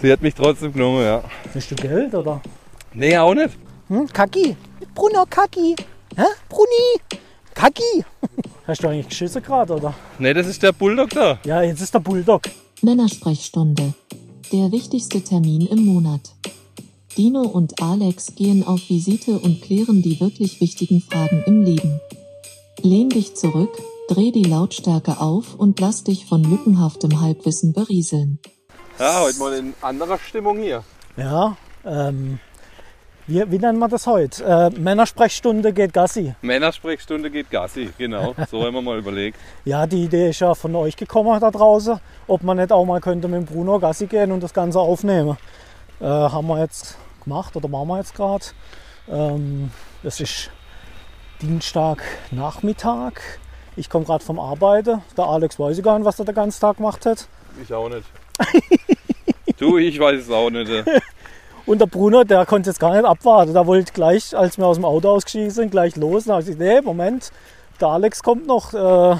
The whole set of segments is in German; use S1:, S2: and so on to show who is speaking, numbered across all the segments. S1: Sie hat mich trotzdem genommen, ja.
S2: Willst du Geld oder?
S1: Nee, auch nicht.
S2: Hm? Kaki. Bruno Kaki. Hä? Bruni. Kaki. Hast du eigentlich geschissen gerade, oder?
S1: Nee, das ist der Bulldog da.
S2: Ja, jetzt ist der Bulldog.
S3: Männersprechstunde. Der wichtigste Termin im Monat. Dino und Alex gehen auf Visite und klären die wirklich wichtigen Fragen im Leben. Lehn dich zurück, dreh die Lautstärke auf und lass dich von lückenhaftem Halbwissen berieseln.
S1: Ja, heute mal in anderer Stimmung hier.
S2: Ja, ähm. Wie, wie nennen wir das heute? Äh, Männersprechstunde geht Gassi.
S1: Männersprechstunde geht Gassi, genau. So haben wir mal überlegt.
S2: Ja, die Idee ist ja von euch gekommen da draußen, ob man nicht auch mal könnte mit Bruno Gassi gehen und das Ganze aufnehmen. Äh, haben wir jetzt gemacht oder machen wir jetzt gerade. Ähm, das ist Dienstagnachmittag. Ich komme gerade vom Arbeiten. Der Alex weiß ich gar nicht, was er den ganzen Tag gemacht hat.
S1: Ich auch nicht. du, ich weiß es auch nicht. äh.
S2: Und der Bruno, der konnte jetzt gar nicht abwarten. Der wollte gleich, als wir aus dem Auto ausgestiegen sind, gleich los. Da habe ich gesagt, nee, Moment, der Alex kommt noch. Äh,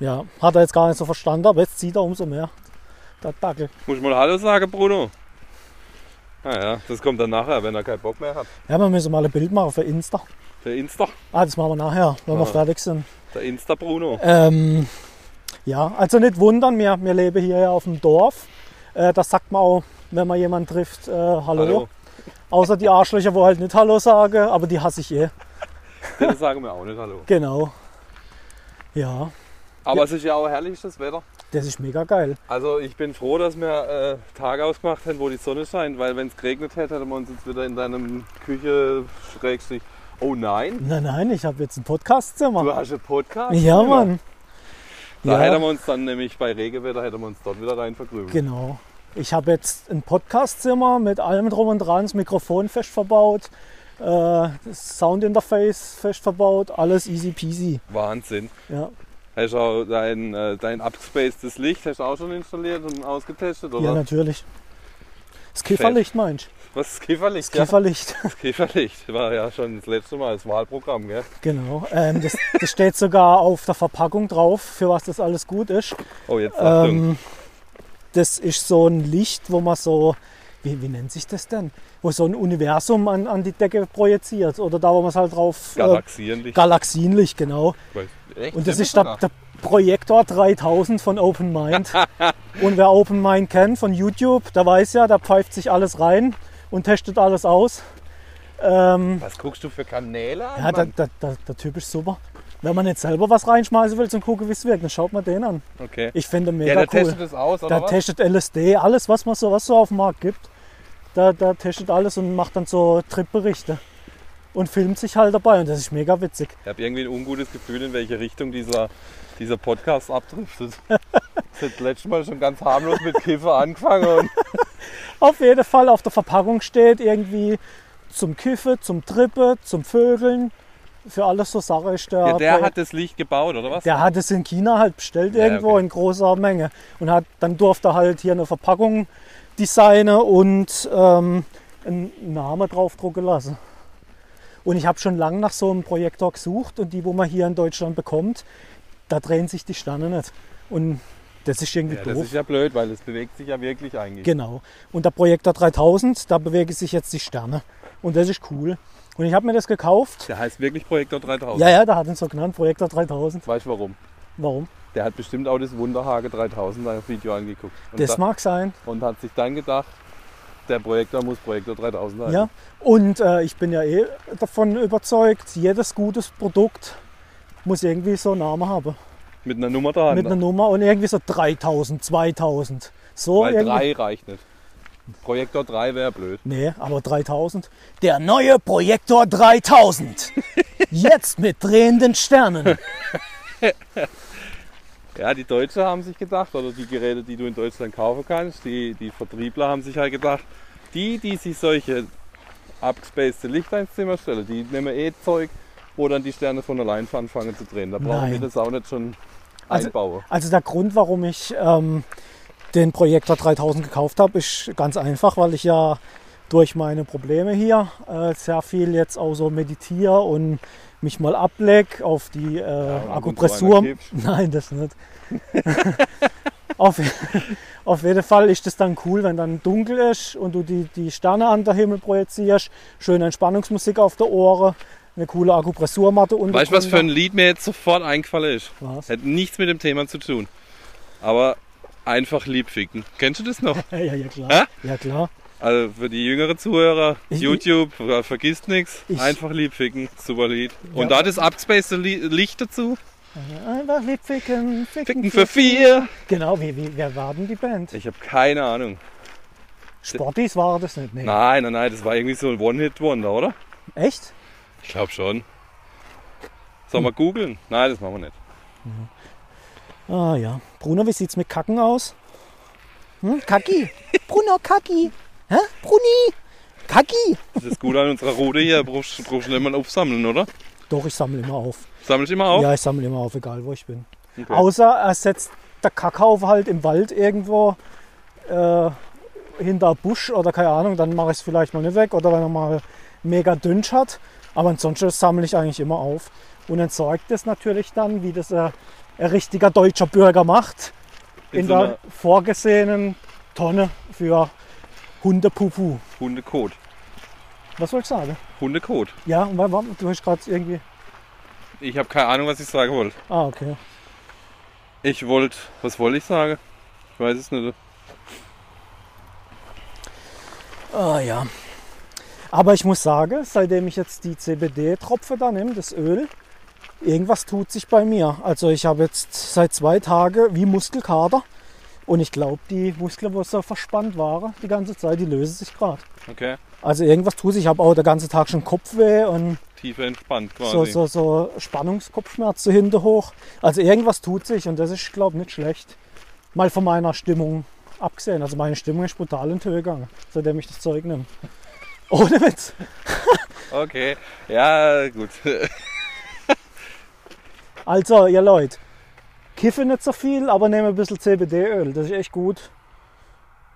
S2: ja, hat er jetzt gar nicht so verstanden, aber jetzt zieht er umso mehr. Der Dackel.
S1: Muss ich mal Hallo sagen, Bruno? Naja, das kommt dann nachher, wenn er keinen Bock mehr hat.
S2: Ja, wir müssen mal ein Bild machen für Insta.
S1: Der Insta.
S2: Ah, das machen wir nachher, wenn
S1: Ah.
S2: wir fertig sind.
S1: Der Insta-Bruno.
S2: Ähm, ja, also nicht wundern, wir, wir leben hier ja auf dem Dorf. Äh, das sagt man auch, wenn man jemanden trifft, äh, Hallo.
S1: Hallo.
S2: Außer die Arschlöcher, wo halt nicht Hallo sagen, aber die hasse ich eh.
S1: Das sagen wir auch nicht Hallo.
S2: Genau. Ja,
S1: Aber es ist ja auch herrlich, das Wetter.
S2: das ist mega geil.
S1: Also ich bin froh, dass wir äh, Tage ausgemacht haben, wo die Sonne scheint, weil wenn es geregnet hätte, hätten wir uns jetzt wieder in deinem Küche schrägstrich. Oh nein,
S2: Nein, nein, ich habe jetzt ein
S1: du
S2: Podcastzimmer.
S1: hast einen Podcast?
S2: Ja, Mann.
S1: Da hätten
S2: Ja,
S1: wir uns dann nämlich bei Regenwetter hätten wir uns dort wieder rein vergrübelt.
S2: genau. Ich habe jetzt ein Podcastzimmer mit allem drum und dran, das Mikrofon fest verbaut, äh, das Soundinterface fest verbaut, alles easy peasy.
S1: Wahnsinn.
S2: Ja,
S1: Hast du auch dein, äh, dein abgespacedes Licht hast du auch schon installiert und ausgetestet? Oder?
S2: ja natürlich. Das Kifferlicht meinst du?
S1: Was ist Käferlicht?
S2: Das Kifferlicht,
S1: Ja, das Käferlicht war ja schon das letzte Mal das Wahlprogramm, gell?
S2: genau. Ähm, das, das steht sogar auf der Verpackung drauf, für was das alles gut ist.
S1: Oh, jetzt Achtung.
S2: Ähm, das ist so ein Licht, wo man so, wie, wie nennt sich das denn? Wo so ein Universum an, an die Decke projiziert. Oder da, wo man es halt drauf. Äh,
S1: Galaxienlicht.
S2: Galaxienlicht, genau.
S1: Echt?
S2: Und das
S1: Stimmt
S2: ist der,
S1: sogar.
S2: der Projektor 3000 von Open Mind. und wer Open Mind kennt von YouTube, der weiß ja, der pfeift sich alles rein und testet alles aus. Ähm,
S1: Was guckst du für Kanäle an?
S2: ja, der,
S1: Mann?
S2: der, der, der Typ ist super. Wenn man nicht selber was reinschmeißen will zum gucken, wie es wirkt, dann schaut man den an.
S1: okay.
S2: Ich finde mega
S1: ja, der
S2: cool.
S1: testet es aus, oder
S2: Da
S1: was?
S2: testet LSD, alles, was man so, was so auf dem Markt gibt. Da, da testet alles und macht dann so Tripberichte. Und filmt sich halt dabei und das ist mega witzig.
S1: Ich habe irgendwie ein ungutes Gefühl, in welche Richtung dieser, dieser Podcast abdriftet. Das hat letztes Mal schon ganz harmlos mit Kiffer angefangen. Und
S2: Auf jeden Fall auf der Verpackung steht irgendwie zum Kiffen, zum Trippe, zum Vögeln. Für alles so Sache ist der.
S1: ja, der
S2: Projekt-
S1: hat das Licht gebaut, oder was?
S2: der hat es in China halt bestellt
S1: Ja,
S2: irgendwo
S1: okay.
S2: in großer Menge. Und hat, dann durfte er halt hier eine Verpackung designen und ähm, einen Namen draufdrucken lassen. Und ich habe schon lange nach so einem Projektor gesucht und die, wo man hier in Deutschland bekommt, da drehen sich die Sterne nicht. Und das ist irgendwie
S1: Ja, das
S2: doof.
S1: ist ja blöd, weil es bewegt sich ja wirklich eigentlich.
S2: Genau. Und der Projektor 3000, da bewegen sich jetzt die Sterne. Und das ist cool. Und ich habe mir das gekauft.
S1: Der heißt wirklich Projektor 3000.
S2: Ja, ja, da hat ihn so genannt, Projektor 3000.
S1: Weißt du warum?
S2: Warum?
S1: Der hat bestimmt auch das Wunderhage 3000 dein Video angeguckt. Und,
S2: Das
S1: da,
S2: mag sein.
S1: und hat sich dann gedacht, der Projektor muss Projektor 3000 heißen.
S2: Ja, und äh, ich bin ja eh davon überzeugt, jedes gutes Produkt muss irgendwie so einen Namen haben.
S1: Mit einer Nummer dran.
S2: Mit einer Nummer und irgendwie so 3000, 2000. So
S1: weil
S2: irgendwie.
S1: 3 reicht nicht. Projektor 3 wäre blöd.
S2: Nee, aber 3000. Der neue Projektor 3000. Jetzt mit drehenden Sternen.
S1: Ja, die Deutschen haben sich gedacht, oder die Geräte, die du in Deutschland kaufen kannst, die, die Vertriebler haben sich halt gedacht, die, die sich solche abgespacete Lichter ins Zimmer stellen, die nehmen eh Zeug, wo dann die Sterne von allein anfangen zu drehen. Da brauchen
S2: Nein.
S1: wir das auch nicht schon
S2: Also-
S1: einbauen.
S2: Also der Grund, warum ich ähm, den Projektor 3000 gekauft habe, ist ganz einfach, weil ich ja durch meine Probleme hier äh, sehr viel jetzt auch so meditiere und mich mal ableck auf die
S1: und
S2: äh,
S1: ab und zu
S2: Akupressur.
S1: einer kippst.
S2: Nein, das nicht. auf, Auf jeden Fall ist es dann cool, wenn dann dunkel ist und du die, die Sterne an der Himmel projizierst, schöne Entspannungsmusik auf der Ohren, eine coole Akupressurmatte und
S1: Weißt du, was für ein Lied mir jetzt sofort eingefallen ist?
S2: was?
S1: Hat nichts mit dem Thema zu tun. Aber einfach liebficken. Kennst du das noch?
S2: Ja, ja, ja klar.
S1: Hä?
S2: Ja klar.
S1: Also für die jüngeren Zuhörer,
S2: Ich-
S1: YouTube, äh, vergisst nichts,
S2: Ich-
S1: einfach liebficken, super Lied.
S2: Ja.
S1: Und da das abgespaced Licht dazu.
S2: Einfach lieb ficken, ficken,
S1: Ficken für vier.
S2: Genau, wie, wie, wer war denn die Band?
S1: Ich habe keine Ahnung.
S2: Sportis war das nicht, nee.
S1: Nein, nein, nein, das war irgendwie so ein One-Hit-Wonder, oder?
S2: Echt?
S1: Ich glaube schon. Sollen wir googeln? Nein, das machen wir nicht.
S2: Ah ja. Bruno, wie sieht's mit Kacken aus? Hm? Kacki! Bruno, Kacki! Hä? Bruni! Kacki!
S1: Das ist gut an unserer Route hier, brauchst brauchst du nicht mal aufsammeln, oder?
S2: Doch, ich sammle immer auf.
S1: Sammelst du immer auf?
S2: Ja, ich sammle immer auf, egal wo ich bin.
S1: Okay.
S2: Außer ersetzt der Kackhaufen halt im Wald irgendwo äh, hinter Busch oder keine Ahnung, dann mache ich es vielleicht mal nicht weg oder wenn er mal mega dünn hat. Aber ansonsten sammle ich eigentlich immer auf und entsorgt es natürlich dann, wie das äh, ein richtiger deutscher Bürger macht, in,
S1: In so
S2: der
S1: einer
S2: vorgesehenen Tonne für Hundepupu.
S1: Hundekot.
S2: Was soll ich sagen?
S1: Hundekot.
S2: Ja, und wa- wa- du hast gerade irgendwie.
S1: Ich habe keine Ahnung, was ich sagen wollte.
S2: Ah, okay.
S1: Ich wollte, was wollte ich sagen? Ich weiß es nicht.
S2: Ah ja. Aber ich muss sagen, seitdem ich jetzt die CBD-Tropfe da nehme, das Öl, irgendwas tut sich bei mir. Also ich habe jetzt seit zwei Tagen wie Muskelkater. Und ich glaube, die Muskeln, wo so verspannt waren, die ganze Zeit, die lösen sich gerade.
S1: Okay.
S2: Also irgendwas tut sich. Ich habe auch den ganzen Tag schon Kopfweh und
S1: Tiefer entspannt quasi.
S2: so, so, so Spannungskopfschmerzen hinter hoch. Also irgendwas tut sich und das ist, glaube ich, nicht schlecht. Mal von meiner Stimmung abgesehen. Also meine Stimmung ist brutal in die Höhe gegangen, seitdem ich das Zeug nehme. Ohne Witz.
S1: Okay. Ja, gut.
S2: Also, ihr Leute, kiffe nicht so viel, aber nehme ein bisschen CBD-Öl. Das ist echt gut.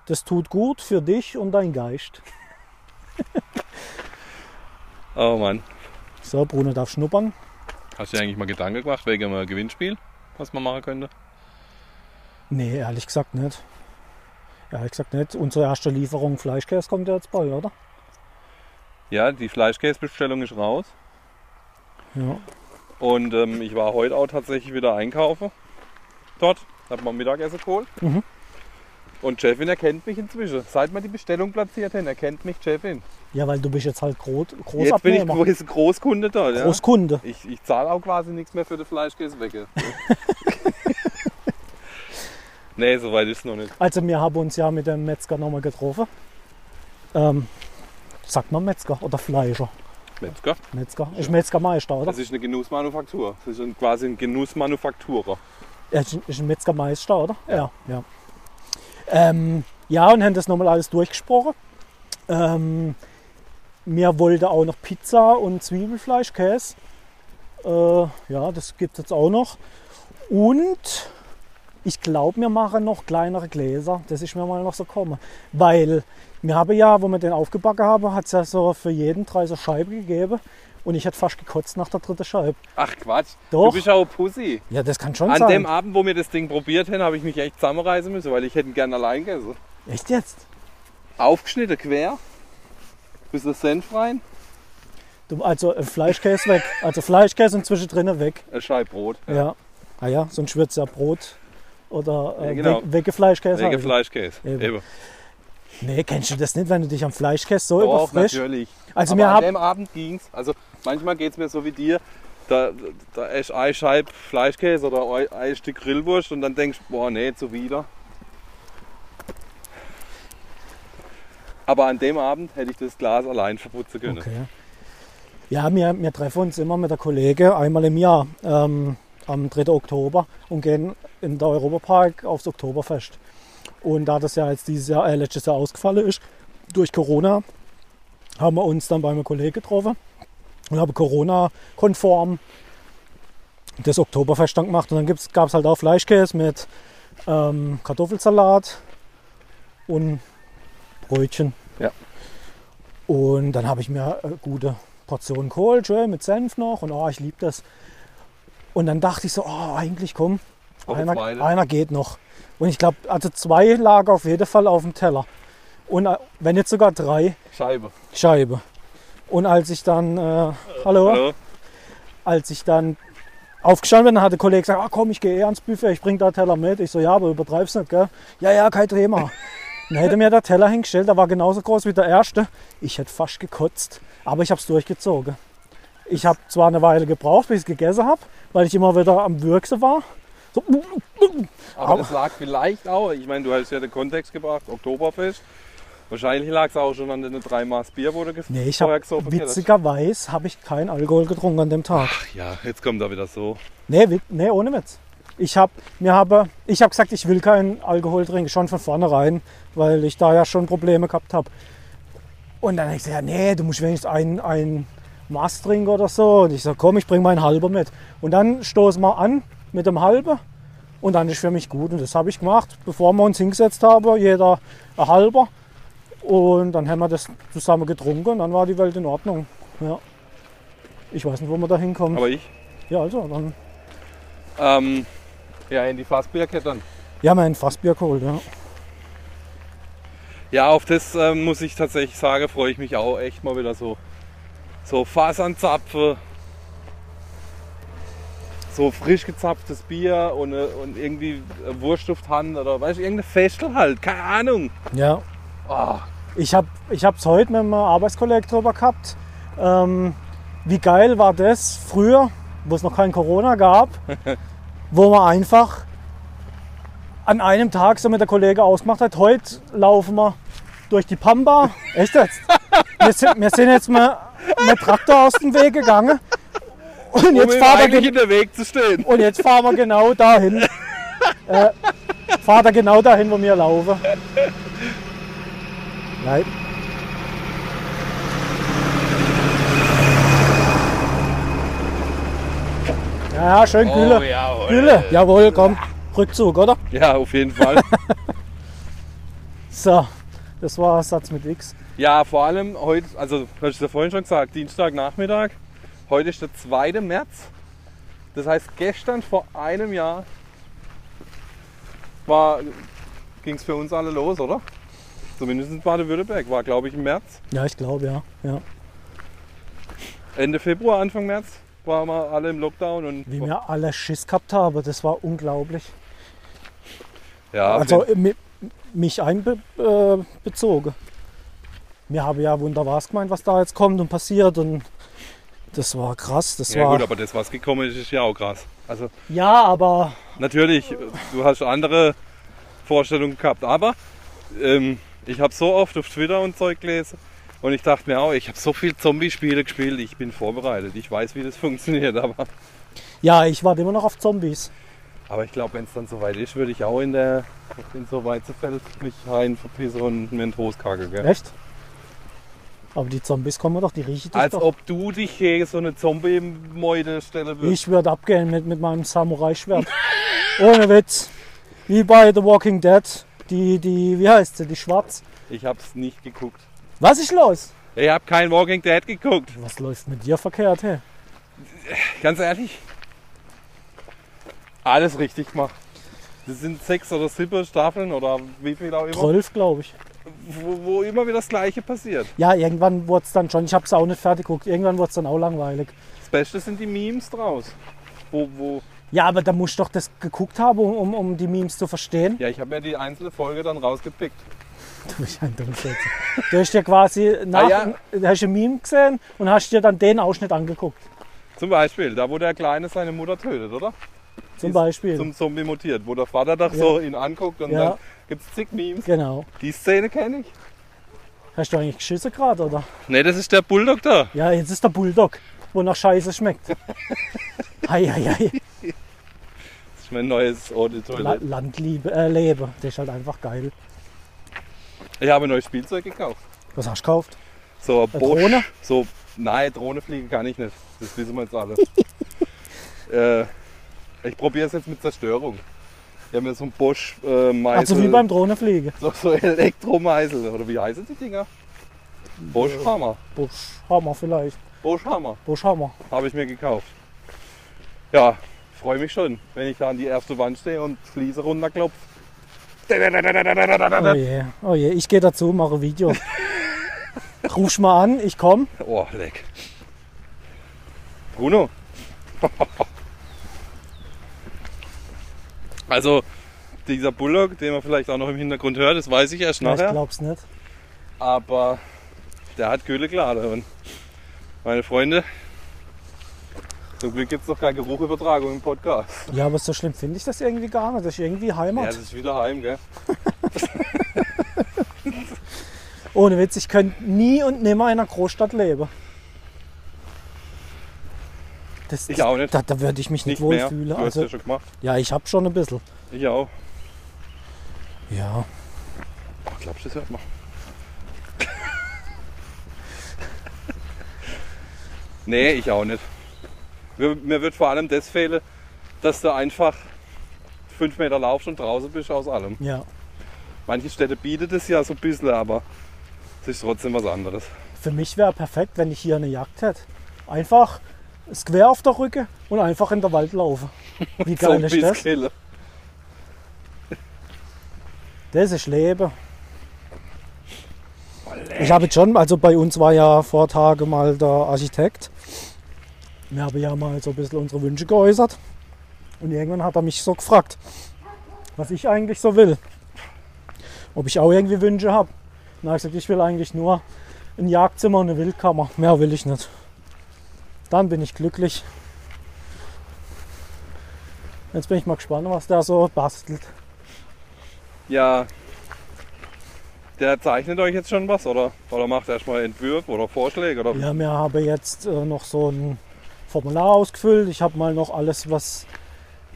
S2: Das tut gut für dich und deinen Geist.
S1: Oh Mann.
S2: So, Bruno darf schnuppern.
S1: Hast du dir eigentlich mal Gedanken gemacht wegen einem Gewinnspiel, was man machen könnte?
S2: Nee, ehrlich gesagt nicht. Ehrlich gesagt nicht. Unsere erste Lieferung Fleischkäse kommt ja jetzt bald, oder?
S1: Ja, die Fleischkäsebestellung ist raus.
S2: Ja.
S1: Und ähm, ich war heute auch tatsächlich wieder einkaufen. Dort. Hab mal Mittagessen geholt.
S2: Mhm.
S1: Und Chefin erkennt mich inzwischen. Seit wir die Bestellung platziert haben, erkennt mich Chefin.
S2: Ja, weil du bist jetzt halt Gro
S1: Jetzt bin ich
S2: Großabnehmer.
S1: Groß Großkunde dort. Ja?
S2: Großkunde.
S1: Ich, ich zahle auch quasi nichts mehr für den Fleischkäse weg. nee, soweit ist es noch nicht.
S2: Also wir haben uns ja mit dem Metzger nochmal getroffen. Ähm, sagt man Metzger oder Fleischer?
S1: Metzger.
S2: Metzger. Ist Metzgermeister, oder?
S1: Das ist eine Genussmanufaktur. Das ist ein, quasi ein Genussmanufakturer.
S2: Er ist, ist ein Metzgermeister, oder? Ja. Ja, ähm, ja und haben das nochmal alles durchgesprochen. Ähm, mir wollte auch noch Pizza und Zwiebelfleisch, Käse. Äh, ja, das gibt es jetzt auch noch. Und ich glaube, wir machen noch kleinere Gläser. Das ist mir mal noch so gekommen. Weil wir haben ja, wo wir den aufgebacken haben, hat es ja so für jeden drei so Scheiben gegeben. Und ich hätte fast gekotzt nach der dritten Scheibe.
S1: Ach Quatsch.
S2: Doch.
S1: Du bist auch Pussy.
S2: Ja, das kann schon
S1: An
S2: sein.
S1: dem Abend, wo wir das Ding probiert haben, habe ich mich echt zusammenreißen müssen, weil ich hätte ihn gerne allein gegessen.
S2: Echt jetzt?
S1: Aufgeschnitten quer. Bisschen Senf rein.
S2: Du, also äh, Fleischkäse weg. Also Fleischkäse und zwischendrin weg.
S1: Ein Scheibe Brot.
S2: Ja. Ah ja, sonst wird es ja Brot oder äh,
S1: Ja, genau.
S2: weg, weggefleischkäse.
S1: Wegen
S2: Wege
S1: Fleischkäse.
S2: Eben.
S1: Eben.
S2: nee, kennst du das nicht, wenn du dich am Fleischkäse so
S1: Doch,
S2: überfrischst?
S1: natürlich.
S2: Also
S1: Aber
S2: wir
S1: an
S2: haben
S1: dem Abend ging's. Also manchmal geht es mir so wie dir. Da, da ist eine Scheibe Fleischkäse oder ein- ein Stück Grillwurst und dann denkst du, boah, nee, zu wieder. Aber an dem Abend hätte ich das Glas allein verputzen können.
S2: Okay. Ja, wir, wir treffen uns immer mit der Kollege einmal im Jahr ähm, am 3. Oktober und gehen in der Europapark aufs Oktoberfest. Und da das ja jetzt dieses Jahr, äh, letztes Jahr ausgefallen ist, durch Corona, haben wir uns dann bei einem Kollegen getroffen und haben Corona-konform das Oktoberfest dann gemacht. Und dann gab es halt auch Fleischkäse mit ähm, Kartoffelsalat und Brötchen. Und dann habe ich mir äh, gute Portionen Kohl, schön mit Senf noch und oh, ich liebe das. Und dann dachte ich so, oh, eigentlich komm,
S1: Noch
S2: einer,
S1: eine.
S2: einer geht noch. Und ich glaube, also zwei lagen auf jeden Fall auf dem Teller. Und äh, wenn jetzt sogar drei
S1: Scheibe.
S2: Scheibe. Und als ich dann, äh, hallo,
S1: Hallo?
S2: als ich dann aufgestanden bin, hat der Kollege gesagt, ah, komm, ich gehe eh ans Buffet, ich bringe da Teller mit. Ich so, ja, aber übertreib's nicht, gell? Ja, ja, kein Thema. Dann hätte mir der Teller hingestellt, der war genauso groß wie der erste. Ich hätte fast gekotzt, aber ich habe es durchgezogen. Ich habe zwar eine Weile gebraucht, bis ich gegessen habe, weil ich immer wieder am Würgse war. So,
S1: Aber
S2: Au.
S1: das lag vielleicht auch, ich meine, du hast ja den Kontext gebracht, Oktoberfest. Wahrscheinlich lag es auch schon an den drei Maß Bier, wo du ges-
S2: nee, ich
S1: vorher
S2: habe
S1: gesoffen hast.
S2: witzigerweise habe ich keinen Alkohol getrunken an dem Tag.
S1: Ja, jetzt kommt da wieder so.
S2: Nee, wit- nee ohne Witz. Ich habe mir habe, ich hab gesagt, ich will keinen Alkohol trinken, schon von vornherein, weil ich da ja schon Probleme gehabt habe. Und dann hab ich gesagt, ja, nee, du musst wenigstens ein, ein Maß trinken oder so. Und ich so, komm, ich bringe meinen Halber mit. Und dann stoßen wir an mit dem Halber und dann ist für mich gut. Und das habe ich gemacht, bevor wir uns hingesetzt haben, jeder ein Halber. Und dann haben wir das zusammen getrunken und dann war die Welt in Ordnung. Ja. Ich weiß nicht, wo wir da hinkommen.
S1: Aber ich,
S2: Ja, also, dann
S1: ähm, ja, in die Fassbierkette dann.
S2: Ja, mein Fassbier geholt, ja.
S1: Ja, auf das ähm, muss ich tatsächlich sagen, freue ich mich auch echt mal wieder so. So Fass anzapfen, so frisch gezapftes Bier und, äh, und irgendwie eine Wurst auf die Hand oder weißt du, irgendeine Festel halt, keine Ahnung.
S2: Ja.
S1: Ah,
S2: Ich habe es heute mit einem Arbeitskollegen drüber gehabt. Ähm, wie geil war das früher, wo es noch kein Corona gab, wo man einfach an einem Tag so mit der Kollege ausgemacht hat, heute laufen wir durch die Pampa. Echt jetzt? Wir sind, wir sind jetzt mal mit Traktor aus dem Weg gegangen. Und
S1: um
S2: jetzt
S1: ihm
S2: fahren wir
S1: eigentlich in der Weg zu stehen.
S2: Und jetzt fahren wir genau dahin. äh, fahrt er genau dahin, wo wir laufen. Nein. Ja, ja,
S1: Oh,
S2: schön Gülle.
S1: jawohl.
S2: Gülle, jawohl, komm. Rückzug, oder?
S1: Ja, auf jeden Fall.
S2: So, das war Satz mit X.
S1: ja, vor allem heute, also hast du ja vorhin schon gesagt, Dienstagnachmittag. Heute ist der 2. März. Das heißt, gestern vor einem Jahr war, ging es für uns alle los, oder? Zumindest in Baden-Württemberg war, glaube ich, im März.
S2: Ja, ich glaube, ja. ja.
S1: Ende Februar, Anfang März waren wir alle im Lockdown. Und,
S2: Wie wir alle Schiss gehabt haben, das war unglaublich.
S1: ja,
S2: Also äh, mi- mich einbezogen. Äh, bezogen. Mir habe ja wunderbar gemeint, was da jetzt kommt und passiert und das war krass. Das
S1: ja
S2: war
S1: gut, aber das, was gekommen ist, ist ja auch krass. Also
S2: ja, aber
S1: Natürlich, du hast andere Vorstellungen gehabt, aber ähm, ich habe so oft auf Twitter und Zeug gelesen und ich dachte mir auch, ich habe so viel Zombie-Spiele gespielt, ich bin vorbereitet, ich weiß, wie das funktioniert, aber,
S2: ja, ich warte immer noch auf Zombies.
S1: aber ich glaube, wenn es dann soweit ist, würde ich auch in der in so Weizefeld mich rein verpissen und mir einen Toast kacke, gell?
S2: Echt? Aber die Zombies kommen doch, die riechen dich
S1: Als
S2: doch.
S1: ob du dich gegen so eine Zombie-Meute stellen würdest.
S2: Ich würde abgehen mit, mit meinem Samurai-Schwert. Ohne Witz. Wie bei The Walking Dead. Die, die, wie heißt sie? Die Schwarz.
S1: Ich, ich habe es nicht geguckt.
S2: Was ist los?
S1: Ich habe kein Walking Dead geguckt.
S2: Was läuft mit dir verkehrt, hey?
S1: Ganz ehrlich, alles richtig gemacht. Das sind sechs oder sieben Staffeln oder wie viel auch immer,
S2: Trolf, glaube ich.
S1: wo, wo immer wieder das Gleiche passiert.
S2: Ja, irgendwann wurde es dann schon, ich habe es auch nicht fertig geguckt, irgendwann wurde es dann auch langweilig.
S1: Das Beste sind die Memes draus. Wo, wo,
S2: Ja, aber da musst du doch das geguckt haben, um, um, um die Memes zu verstehen.
S1: ja, ich habe mir die einzelne Folge dann rausgepickt.
S2: Du bist ein Dummschätzer. Du hast ja quasi nach,
S1: Ah, ja.
S2: hast ein Meme gesehen und hast dir dann den Ausschnitt angeguckt,
S1: Zum Beispiel, da wo der Kleine seine Mutter tötet, oder? Die
S2: zum
S1: ist
S2: Beispiel.
S1: Zum Zombie mutiert, wo der Vater doch so ihn anguckt und
S2: Ja.
S1: dann gibt es zig Memes.
S2: genau.
S1: Die Szene kenne ich.
S2: Hast du eigentlich geschissen gerade, oder?
S1: Ne, das ist der Bulldog da.
S2: Ja, jetzt ist der Bulldog, wo nach Scheiße schmeckt. Hei, hei, hei.
S1: Das ist mein neues
S2: La
S1: Auditory.
S2: Landliebe, äh, Leben. Der ist halt einfach geil.
S1: Ich habe ein neues Spielzeug gekauft.
S2: Was hast du gekauft?
S1: So
S2: Eine
S1: Bosch,
S2: Drohne?
S1: So, nein, Drohne fliegen kann ich nicht. Das wissen wir jetzt alle. äh, ich probiere es jetzt mit Zerstörung. Ich habe mir so einen Bosch äh, Meißel.
S2: Also wie beim Drohnenfliegen.
S1: so, so Elektromeißel. Oder wie heißen die Dinger? Bosch-Hammer.
S2: Buschhammer vielleicht.
S1: Bosch-Hammer
S2: Buschhammer.
S1: habe ich mir gekauft. Ja, freue mich schon, wenn ich da an die erste Wand stehe und Fliese runterklopfe.
S2: Oh je, oh je. Ich gehe dazu, mache ein Video. Rufst mal an, ich komme.
S1: Oh, leck. Bruno. also, dieser Bullock, den man vielleicht auch noch im Hintergrund hört, das weiß ich erst
S2: Ich
S1: nachher.
S2: glaub's nicht.
S1: Aber der hat kühle Klade. Und meine Freunde, zum Glück gibt es noch keine Geruchübertragung im Podcast.
S2: Ja, aber so schlimm finde ich das irgendwie gar nicht. Das ist irgendwie
S1: Ja,
S2: Heimat.
S1: das ist wieder heim, gell?
S2: Ohne Witz, ich könnte nie und nimmer in einer Großstadt leben. Das,
S1: Ich auch nicht.
S2: Da, da würde ich mich nicht,
S1: Nicht mehr.
S2: wohlfühlen.
S1: Du hast
S2: Also,
S1: ja schon gemacht.
S2: ja, ich habe schon ein bisschen.
S1: Ich auch.
S2: Ja.
S1: Ich glaube, das hört man. nee, ich auch nicht. Mir, mir wird vor allem das fehlen, dass du einfach fünf Meter laufst und draußen bist aus allem.
S2: ja.
S1: Manche Städte bieten das ja so ein bisschen, aber es ist trotzdem was anderes.
S2: Für mich wäre perfekt, wenn ich hier eine Jagd hätte. Einfach quer auf der Rücke und einfach in der Wald laufen. Wie geil
S1: so
S2: ist das?
S1: Kille.
S2: Das ist Leben. Ich habe jetzt schon, also bei uns war ja vor Tagen mal der Architekt. Wir haben ja mal so ein bisschen unsere Wünsche geäußert. Und irgendwann hat er mich so gefragt, was ich eigentlich so will. Ob ich auch irgendwie Wünsche habe. Na, ich gesagt, ich will eigentlich nur ein Jagdzimmer und eine Wildkammer. Mehr will ich nicht. Dann bin ich glücklich. Jetzt bin ich mal gespannt, was der so bastelt.
S1: Ja. Der zeichnet euch jetzt schon was oder, oder macht erstmal Entwürfe oder Vorschläge oder
S2: Ja, wir haben jetzt äh, noch so ein Formular ausgefüllt. Ich habe mal noch alles, was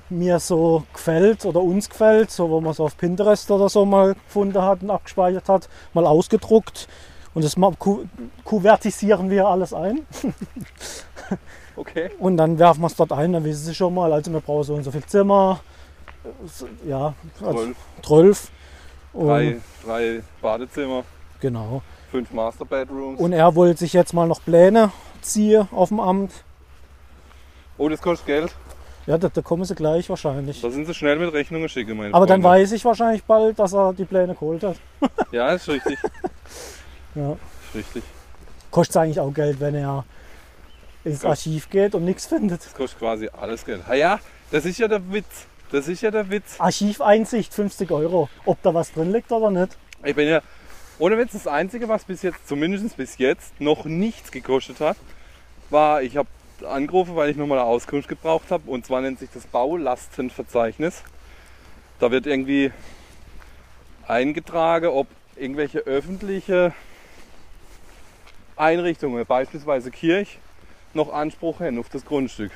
S2: mir so gefällt oder uns gefällt, so wo man es auf Pinterest oder so mal gefunden hat und abgespeichert hat, mal ausgedruckt. Und das mal ku kuvertisieren wir alles ein
S1: okay.
S2: und dann werfen wir es dort ein, dann wissen sie schon mal, also wir brauchen so und so viel Zimmer, äh, so- ja, also
S1: Zwölf,
S2: 12. Und,
S1: drei, drei Badezimmer,
S2: Genau.
S1: fünf Master Bedrooms.
S2: Und er wollte sich jetzt mal noch Pläne ziehen auf dem Amt.
S1: Oh, das kostet Geld.
S2: Ja, da, da kommen sie gleich wahrscheinlich.
S1: Da sind sie schnell mit Rechnungen schicke, meine
S2: Aber dann
S1: Freunde.
S2: weiß ich wahrscheinlich bald, dass er die Pläne geholt hat.
S1: Ja, ist richtig. ist
S2: Ja.
S1: richtig.
S2: Kostet eigentlich auch Geld, wenn er ins
S1: Ja.
S2: Archiv geht und nichts findet.
S1: Das kostet quasi alles Geld. Ah ja, das ist ja der Witz. Das ist ja der Witz.
S2: Archiveinsicht 50 Euro. Ob da was drin liegt oder nicht.
S1: Ich bin ja, ohne Witz, das Einzige, was bis jetzt, zumindest bis jetzt, noch nichts gekostet hat, war, ich habe angerufen, weil ich nochmal eine Auskunft gebraucht habe. Und zwar nennt sich das Baulastenverzeichnis. Da wird irgendwie eingetragen, ob irgendwelche öffentliche Einrichtungen, beispielsweise Kirch, noch Anspruch hätten auf das Grundstück.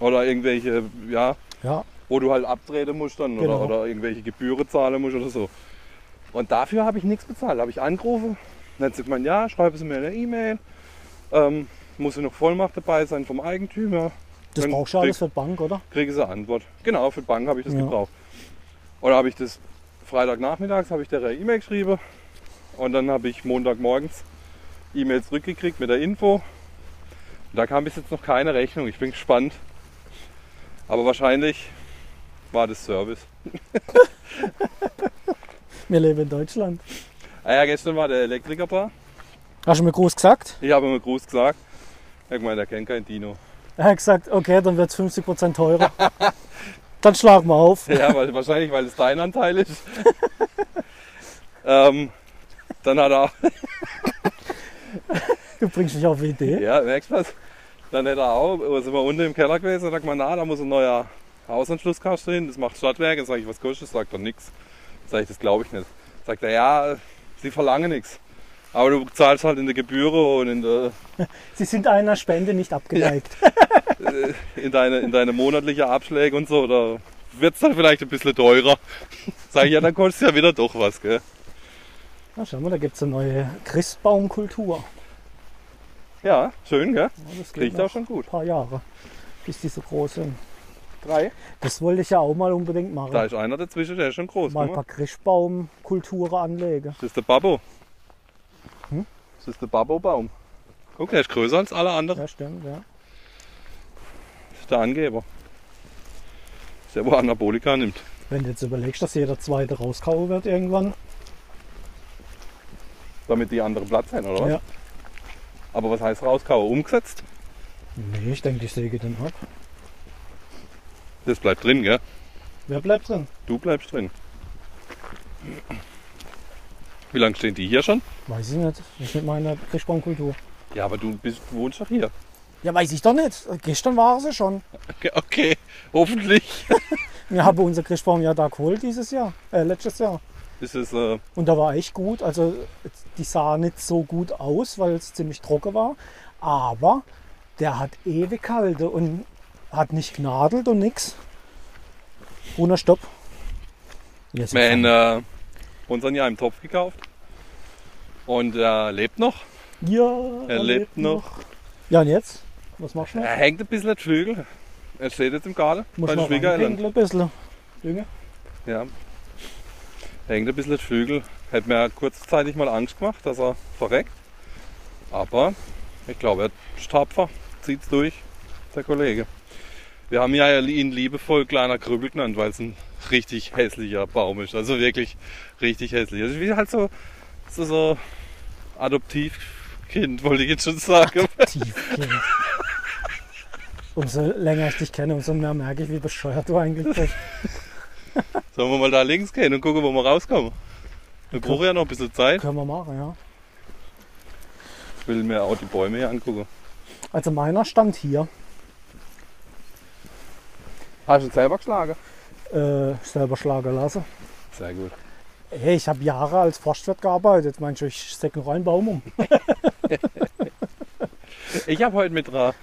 S1: Oder irgendwelche, ja,
S2: Ja.
S1: wo du halt abtreten musst dann
S2: Genau.
S1: oder, oder irgendwelche Gebühren zahlen musst oder so. Und dafür habe ich nichts bezahlt. Da habe ich angerufen, dann hat sie gemeint, ja, schreiben Sie mir eine E-Mail, ähm, muss ja noch Vollmacht dabei sein vom Eigentümer,
S2: Das
S1: Dann
S2: brauchst du ja
S1: kriegst-
S2: alles für die Bank, oder?
S1: kriege sie eine Antwort. Genau, für die Bank habe ich das
S2: Ja.
S1: gebraucht. Oder habe ich das Freitagnachmittags, habe ich der eine E-Mail geschrieben und dann habe ich Montagmorgens E-Mail zurückgekriegt mit der Info. Und da kam bis jetzt noch keine Rechnung, ich bin gespannt. Aber wahrscheinlich war das Service.
S2: Wir leben in Deutschland.
S1: Ah ja, gestern war der Elektriker da.
S2: Hast du mir groß gesagt?
S1: Ich habe ihm einen Gruß gesagt. Er hat gemeint, er kennt keinen Dino.
S2: Er hat gesagt, okay, dann wird es 50% teurer. dann schlagen wir auf.
S1: Ja, weil, wahrscheinlich, weil es dein Anteil ist. ähm, dann hat er,
S2: Du bringst mich auf die Idee.
S1: ja, merkst du was? Dann hätte er auch, sind wir unten im Keller gewesen und hat gemeint, na, da muss ein neuer Hausanschlusskasten hin, das macht Stadtwerke. Dann sage ich, was kostet das? Sagt er, nix. Sag ich, das glaube ich nicht. Sagt er, ja, sie verlangen nichts. Aber du zahlst halt in der Gebühren und in, der,
S2: Sie sind einer Spende nicht abgeneigt.
S1: in, deine, in deine monatliche Abschläge und so, da wird es dann vielleicht ein bisschen teurer. Sag ich, ja, dann kostet ja wieder doch was, gell?
S2: Na, schau mal, da gibt es eine neue Christbaumkultur.
S1: Ja, schön, gell?
S2: Ja, Das geht
S1: Riecht
S2: noch
S1: auch schon gut.
S2: ein paar Jahre, bis die so groß sind.
S1: Drei.
S2: Das wollte ich ja auch mal unbedingt machen.
S1: Da ist einer dazwischen, der ist schon groß.
S2: mal
S1: guck
S2: ein
S1: Mal
S2: paar Krischbaumkulturen anlegen.
S1: das ist der Babbo. Das ist der Babbo-Baum. Guck, der ist größer als alle anderen.
S2: Ja, stimmt, ja.
S1: Das ist der Angeber. Das ist der, wo Anabolika nimmt.
S2: Wenn du jetzt überlegst, dass jeder zweite rauskauen wird irgendwann.
S1: damit die anderen Platz haben, oder was?
S2: Ja.
S1: Aber was heißt rauskauen? Umgesetzt?
S2: Nee, ich denke, ich säge den ab.
S1: Das bleibt drin, gell?
S2: Wer bleibt drin?
S1: Du bleibst drin. Wie lange stehen die hier schon?
S2: Weiß ich nicht. Ich mit meiner Krischbaumkultur.
S1: Ja, aber du bist, wohnst doch hier.
S2: Ja, weiß ich doch nicht. Gestern waren sie schon.
S1: Okay, okay. hoffentlich.
S2: Wir haben unser Christbaum ja da geholt dieses Jahr, äh, letztes Jahr.
S1: Ist es, äh,
S2: Und da war echt gut. Also die sah nicht so gut aus, weil es ziemlich trocken war. Aber der hat ewig gehalten und hat nicht gnadelt und nix. Ohne Stopp. Yes,
S1: wir haben äh, unseren Jahr im Topf gekauft. Und er lebt noch.
S2: ja,
S1: Er lebt noch. Äh,
S2: Ja, und jetzt? Was machst du?
S1: Er hängt ein bisschen an die Flügel. Er steht jetzt im Garten.
S2: Muss
S1: bei den
S2: man
S1: Schwiegereltern.
S2: reinpinkeln ein bisschen. Junge?
S1: Ja. Er hängt ein bisschen an die Flügel. Hätte mir kurzzeitig mal Angst gemacht, dass er verreckt. Aber ich glaube, er ist tapfer. Zieht's durch, der Kollege. Wir haben ja ihn liebevoll kleiner Krüppel genannt, weil es ein richtig hässlicher Baum ist. Also wirklich richtig hässlich. Das ist wie halt so, so, so Adoptivkind, wollte ich jetzt schon sagen.
S2: Tiefkind. Umso länger ich dich kenne, umso mehr merke ich, wie bescheuert du eigentlich bist.
S1: Sollen wir mal da links gehen und gucken, wo wir rauskommen? Wir brauchen ja noch ein bisschen Zeit.
S2: Können wir machen, ja.
S1: Ich will mir auch die Bäume hier angucken.
S2: Also meiner stand hier.
S1: Hast du ihn selber geschlagen?
S2: äh, selber schlagen lassen.
S1: Sehr gut.
S2: Hey, ich habe Jahre als Forstwirt gearbeitet. Meinst du, ich stecke noch einen Baum um?
S1: Ich habe heute mit einer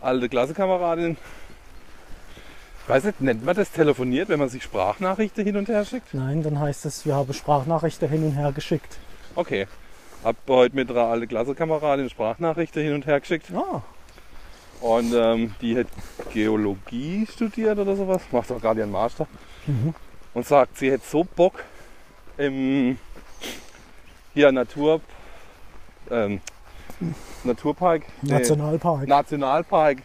S1: alten Klassenkameradin, ich weiß nicht, nennt man das telefoniert, wenn man sich Sprachnachrichten hin und her schickt?
S2: Nein, dann heißt es, wir haben Sprachnachrichten hin und her geschickt.
S1: Okay. Hab heute mit einer alten Klassenkameradin Sprachnachrichten hin und her geschickt.
S2: Ah,
S1: Und ähm, die hat Geologie studiert oder sowas, macht auch gerade ihren Master. Und sagt, sie hätte so Bock, im hier Natur, ähm, Naturpark, nee,
S2: Nationalpark.
S1: Nationalpark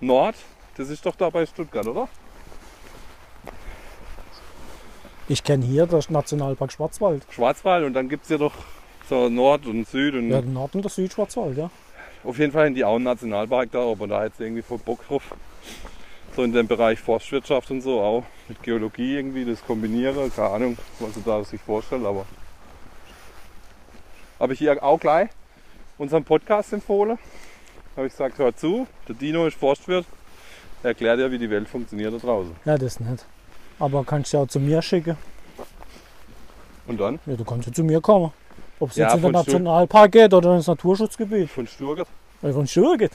S1: Nord, das ist doch da bei Stuttgart, oder?
S2: Ich kenne hier das Nationalpark Schwarzwald.
S1: Schwarzwald und dann gibt es ja doch so Nord und Süd und
S2: Ja, den Nord- und das Südschwarzwald, ja.
S1: auf jeden Fall in die Auen Nationalpark da, aber da hätte sie irgendwie voll Bock drauf. So in dem Bereich Forstwirtschaft und so auch mit Geologie irgendwie das kombiniere, keine Ahnung, was sie da sich vorstellt, aber habe ich ihr auch gleich unseren Podcast empfohlen. Habe ich gesagt, hör zu, der Dino ist Forstwirt, er erklärt dir, wie die Welt funktioniert da draußen.
S2: Ja, das nicht. Aber kannst du ja auch zu mir schicken.
S1: Und dann
S2: Ja, du kannst ja zu mir kommen. Ob es
S1: Ja,
S2: jetzt in den
S1: von Stutt-
S2: Nationalpark geht oder ins Naturschutzgebiet.
S1: von Stuttgart,
S2: Weil Von Stür geht.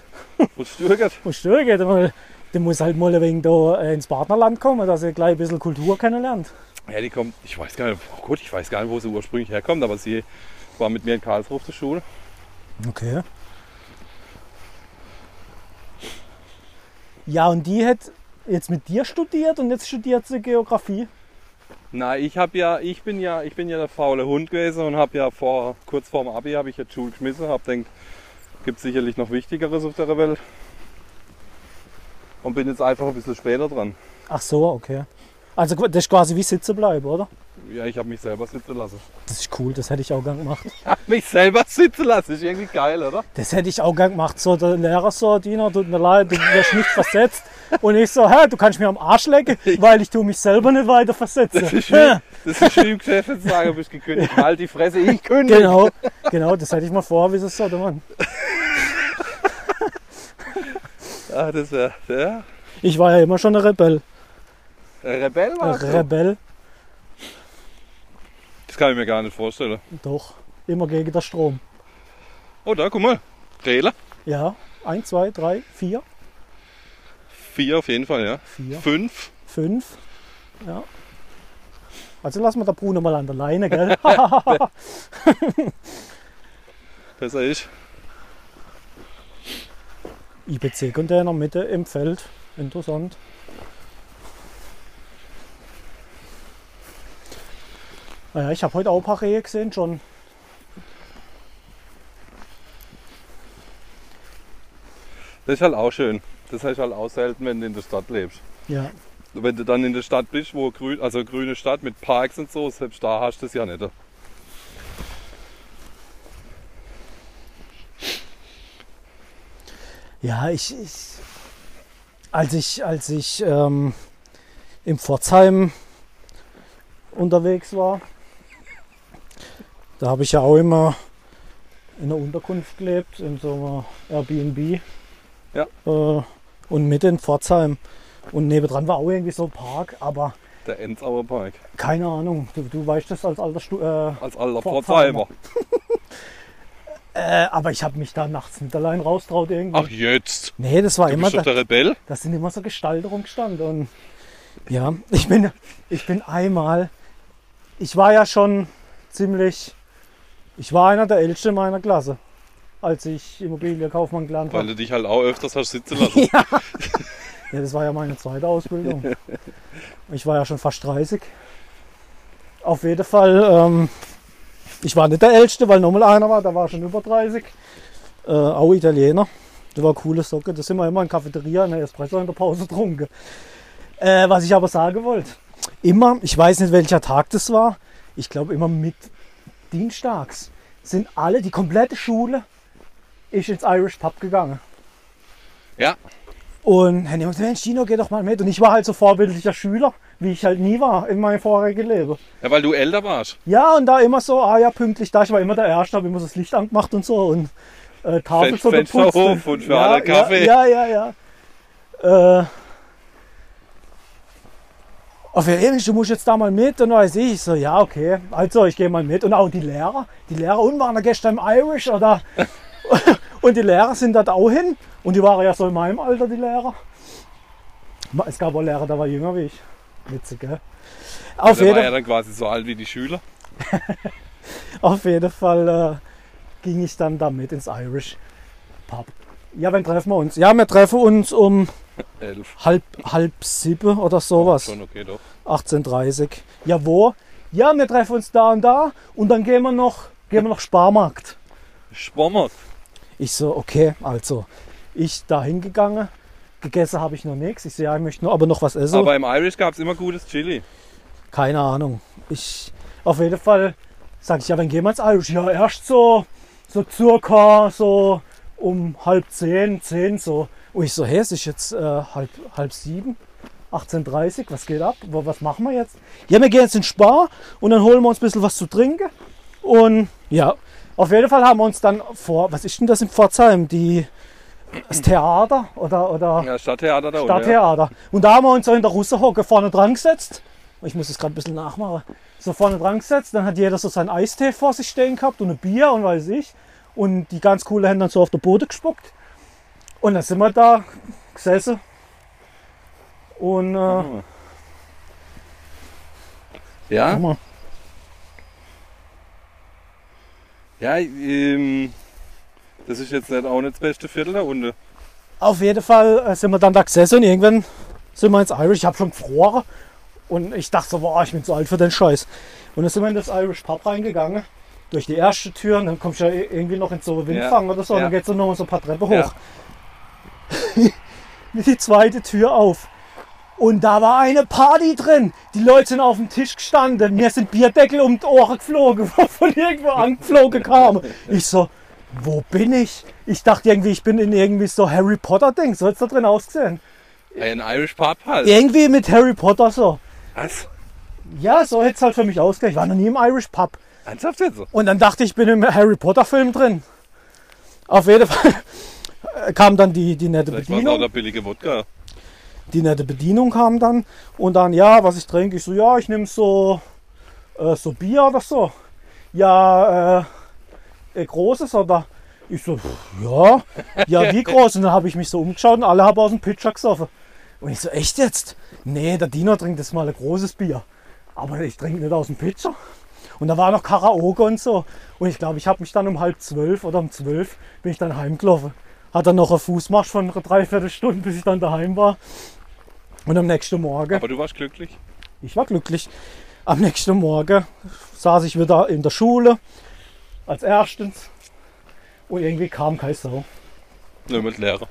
S1: von Stuttgart,
S2: Von Stür geht. weil Du musst halt mal ein wenig da äh, ins Partnerland kommen, dass ihr gleich ein bisschen Kultur kennenlernt.
S1: Ja, die kommt, ich weiß gar nicht, oh Gott, ich weiß gar nicht, wo sie ursprünglich herkommt, aber sie war mit mir in Karlsruhe auf der Schule.
S2: Okay. Ja, und die hat jetzt mit dir studiert und jetzt studiert sie Geografie.
S1: Na, ich habe ja, ich bin ja, ich bin ja der faule Hund gewesen und habe ja vor kurz vorm Abi habe ich jetzt Schule geschmissen, habe denkt, gibt sicherlich noch Wichtigeres auf der Welt und bin jetzt einfach ein bisschen später dran.
S2: Ach so, okay. Also qu- das ist quasi wie sitzen bleiben, oder?
S1: Ja, ich habe mich selber sitzen lassen.
S2: Das ist cool, das hätte ich auch gern gemacht.
S1: mich selber sitzen lassen, ist irgendwie geil, oder?
S2: Das hätte ich auch gern gemacht. So, der Lehrer so, Dino, tut mir leid, du wirst nicht versetzt. Und ich so, hä, du kannst mir am Arsch lecken, weil ich tu mich selber nicht weiter
S1: Das
S2: versetze.
S1: ist wie, das ist wie im Geschäft zu sagen, du bist gekündigt, halt die Fresse, ich kündige.
S2: Genau, genau, das hätte ich mal vor, wie es so, Mann.
S1: Ah, das wäre, ja.
S2: Ich war ja immer schon ein Rebell.
S1: Rebell
S2: Ein
S1: war
S2: Rebell,
S1: Das kann ich mir gar nicht vorstellen.
S2: doch. Immer gegen den Strom.
S1: Oh, da, guck mal. Rehler.
S2: Ja, 1, 2, 3, 4,
S1: Vier auf jeden Fall, ja.
S2: 4,
S1: Fünf.
S2: 5. Ja. Also lassen wir der Bruno mal an der Leine, gell?
S1: Besser ist.
S2: IPC-Container Mitte im Feld. Interessant. Naja, Ah ich habe heute auch ein paar Rehe gesehen schon.
S1: Das ist halt auch schön. Das ist halt auch selten, wenn du in der Stadt lebst.
S2: Ja.
S1: wenn du dann in der Stadt bist, wo grün, also grüne Stadt mit Parks und so, selbst da hast du es ja nicht.
S2: Ja, ich, ich als ich, als ich ähm, im Pforzheim unterwegs war, da habe ich ja auch immer in der Unterkunft gelebt, in so einer Airbnb.
S1: Ja.
S2: Äh, und mit in Pforzheim. Und nebendran war auch irgendwie so ein Park, aber
S1: Der Enzauer Park.
S2: keine Ahnung, du, du weißt das als alter Stu äh,
S1: Als aller
S2: Pforzheimer.
S1: Pforzheimer.
S2: äh, aber ich habe mich da nachts nicht allein raustraut irgendwie.
S1: Ach jetzt.
S2: nee, das war
S1: Du
S2: immer
S1: bist doch
S2: da,
S1: der Rebell.
S2: Das sind immer so Gestalterung stand und ja, ich bin, ich bin einmal, ich war ja schon ziemlich, ich war einer der Ältesten in meiner Klasse, als ich Immobilienkaufmann gelernt
S1: Weil
S2: habe.
S1: du dich halt auch öfters hast sitzen lassen.
S2: Ja, das war ja meine zweite Ausbildung. Ich war ja schon fast 30. Auf jeden Fall, ähm, ich war nicht der Älteste, weil nochmal einer war, der war schon über 30. Äh, auch Italiener. Das war coole Socke. Das sind wir immer in der Cafeteria, in der Espresso in der Pause getrunken. Äh, was ich aber sagen wollte, immer, ich weiß nicht welcher Tag das war, ich glaube immer mit Dienstags sind alle, die komplette Schule, ist ins Irish Pub gegangen.
S1: ja.
S2: Und Herr Nehmann, Mensch, Dino, geh doch mal mit. Und ich war halt so vorbildlicher Schüler, wie ich halt nie war in meinem vorherigen Leben.
S1: ja, weil du älter warst.
S2: Ja, und da immer so, ah ja, pünktlich da. Ich war immer der Erste, habe immer so das Licht angemacht und so und äh, Tafel
S1: Fen-
S2: so
S1: Fenster
S2: geputzt.
S1: hoch und für
S2: ja,
S1: alle Kaffee.
S2: Ja, ja, ja. ja. Äh, auf jeden Fall, du musst jetzt da mal mit. Und dann weiß ich, ich so, ja, okay, also ich gehe mal mit. Und auch die Lehrer, die Lehrer, und waren da gestern im Irish oder. und die Lehrer sind dort auch hin. Und die waren ja so in meinem Alter, die Lehrer. Es gab auch Lehrer, der war jünger wie ich. Witzig, gell? Auf
S1: Also, Der
S2: jeden
S1: war ja dann quasi so alt wie die Schüler.
S2: auf jeden Fall äh, ging ich dann damit ins Irish Pub. Ja, wann treffen wir uns? Ja, wir treffen uns um
S1: Elf.
S2: halb, halb sieben oder sowas.
S1: Schon okay, doch.
S2: 18.30 Ja, wo? Ja, wir treffen uns da und da und dann gehen wir noch, gehen wir noch Sparmarkt.
S1: Schwammert.
S2: Ich so, okay, also ich da hingegangen, gegessen habe ich noch nichts. Ich so, ja, ich möchte nur, aber noch was essen.
S1: Aber im Irish gab es immer gutes Chili.
S2: Keine Ahnung. Ich, auf jeden Fall sage ich, ja, wenn gehen wir ins Irish? Ja, erst so, so circa so um halb zehn, zehn so. Und ich so, hey, es ist jetzt äh, halb, halb sieben, 18.30 was geht ab? Wo- Was machen wir jetzt? Ja, wir gehen jetzt in Spar und dann holen wir uns ein bisschen was zu trinken. Und ja, auf jeden Fall haben wir uns dann vor, was ist denn das in Pforzheim? Die, das Theater oder, oder
S1: Ja, Stadttheater da unten. Ja.
S2: Stadttheater. Und da haben wir uns so in der Russenhocke vorne dran gesetzt. Oh, Ich muss das gerade ein bisschen nachmachen. So vorne dran gesetzt, dann hat jeder so seinen Eistee vor sich stehen gehabt und ein Bier und weiß ich. Und die ganz coole haben dann so auf der Boote gespuckt. Und dann sind wir da gesessen. Und äh, guck
S1: Ja,
S2: mal.
S1: ja ähm, das ist jetzt nicht auch nicht das beste Viertel da unten.
S2: Auf jeden Fall äh, sind wir dann da gesessen und irgendwann sind wir ins Irish. Ich habe schon gefroren und ich dachte so, boah, ich bin zu alt für den Scheiß. Und dann sind wir in das Irish Pub reingegangen, durch die erste Tür und dann kommst du ja i- irgendwie noch in so einen Windfang oder so. Und
S1: ja.
S2: dann geht es noch mal so ein paar Treppen hoch.
S1: Ja.
S2: die zweite Tür auf. Und da war eine Party drin. Die Leute sind auf dem Tisch gestanden. Mir sind Bierdeckel um die Ohren geflogen, von irgendwo angeflogen kamen. Ich so, wo bin ich? Ich dachte irgendwie, ich bin in irgendwie so Harry Potter-Ding. So hat's da drin ausgesehen.
S1: Ein Irish Pub halt.
S2: Irgendwie mit Harry Potter so.
S1: Was?
S2: Ja, so hätte es halt für mich ausgesehen. Ich war noch nie im Irish Pub.
S1: Ernsthaft jetzt? so?
S2: Und dann dachte ich, ich bin im Harry Potter-Film drin. Auf jeden Fall kam dann die, die nette
S1: Vielleicht war es auch
S2: Bedienung.
S1: der billige Wodka.
S2: die nette Bedienung kam dann und dann, ja, was ich trinke, ich so, ja, ich nehme so, äh, so Bier oder so. Ja, äh, äh, großes oder? Ich so, pff, ja, ja, wie groß? Und dann habe ich mich so umgeschaut und alle haben aus dem Pitcher gesoffen. Und ich so, echt jetzt? Nee, der Diener trinkt jetzt mal ein großes Bier. Aber ich trinke nicht aus dem Pitcher. Und da war noch Karaoke und so. Und ich glaube, ich habe mich dann um halb zwölf oder um zwölf bin ich dann heimgelaufen. Hat dann noch einen Fußmarsch von einer Dreiviertelstunde, bis ich dann daheim war. Und am nächsten Morgen,
S1: Aber du warst glücklich.
S2: ich war glücklich, am nächsten Morgen saß ich wieder in der Schule als erstens und irgendwie kam kein Sau.
S1: Nur mit Lehrer.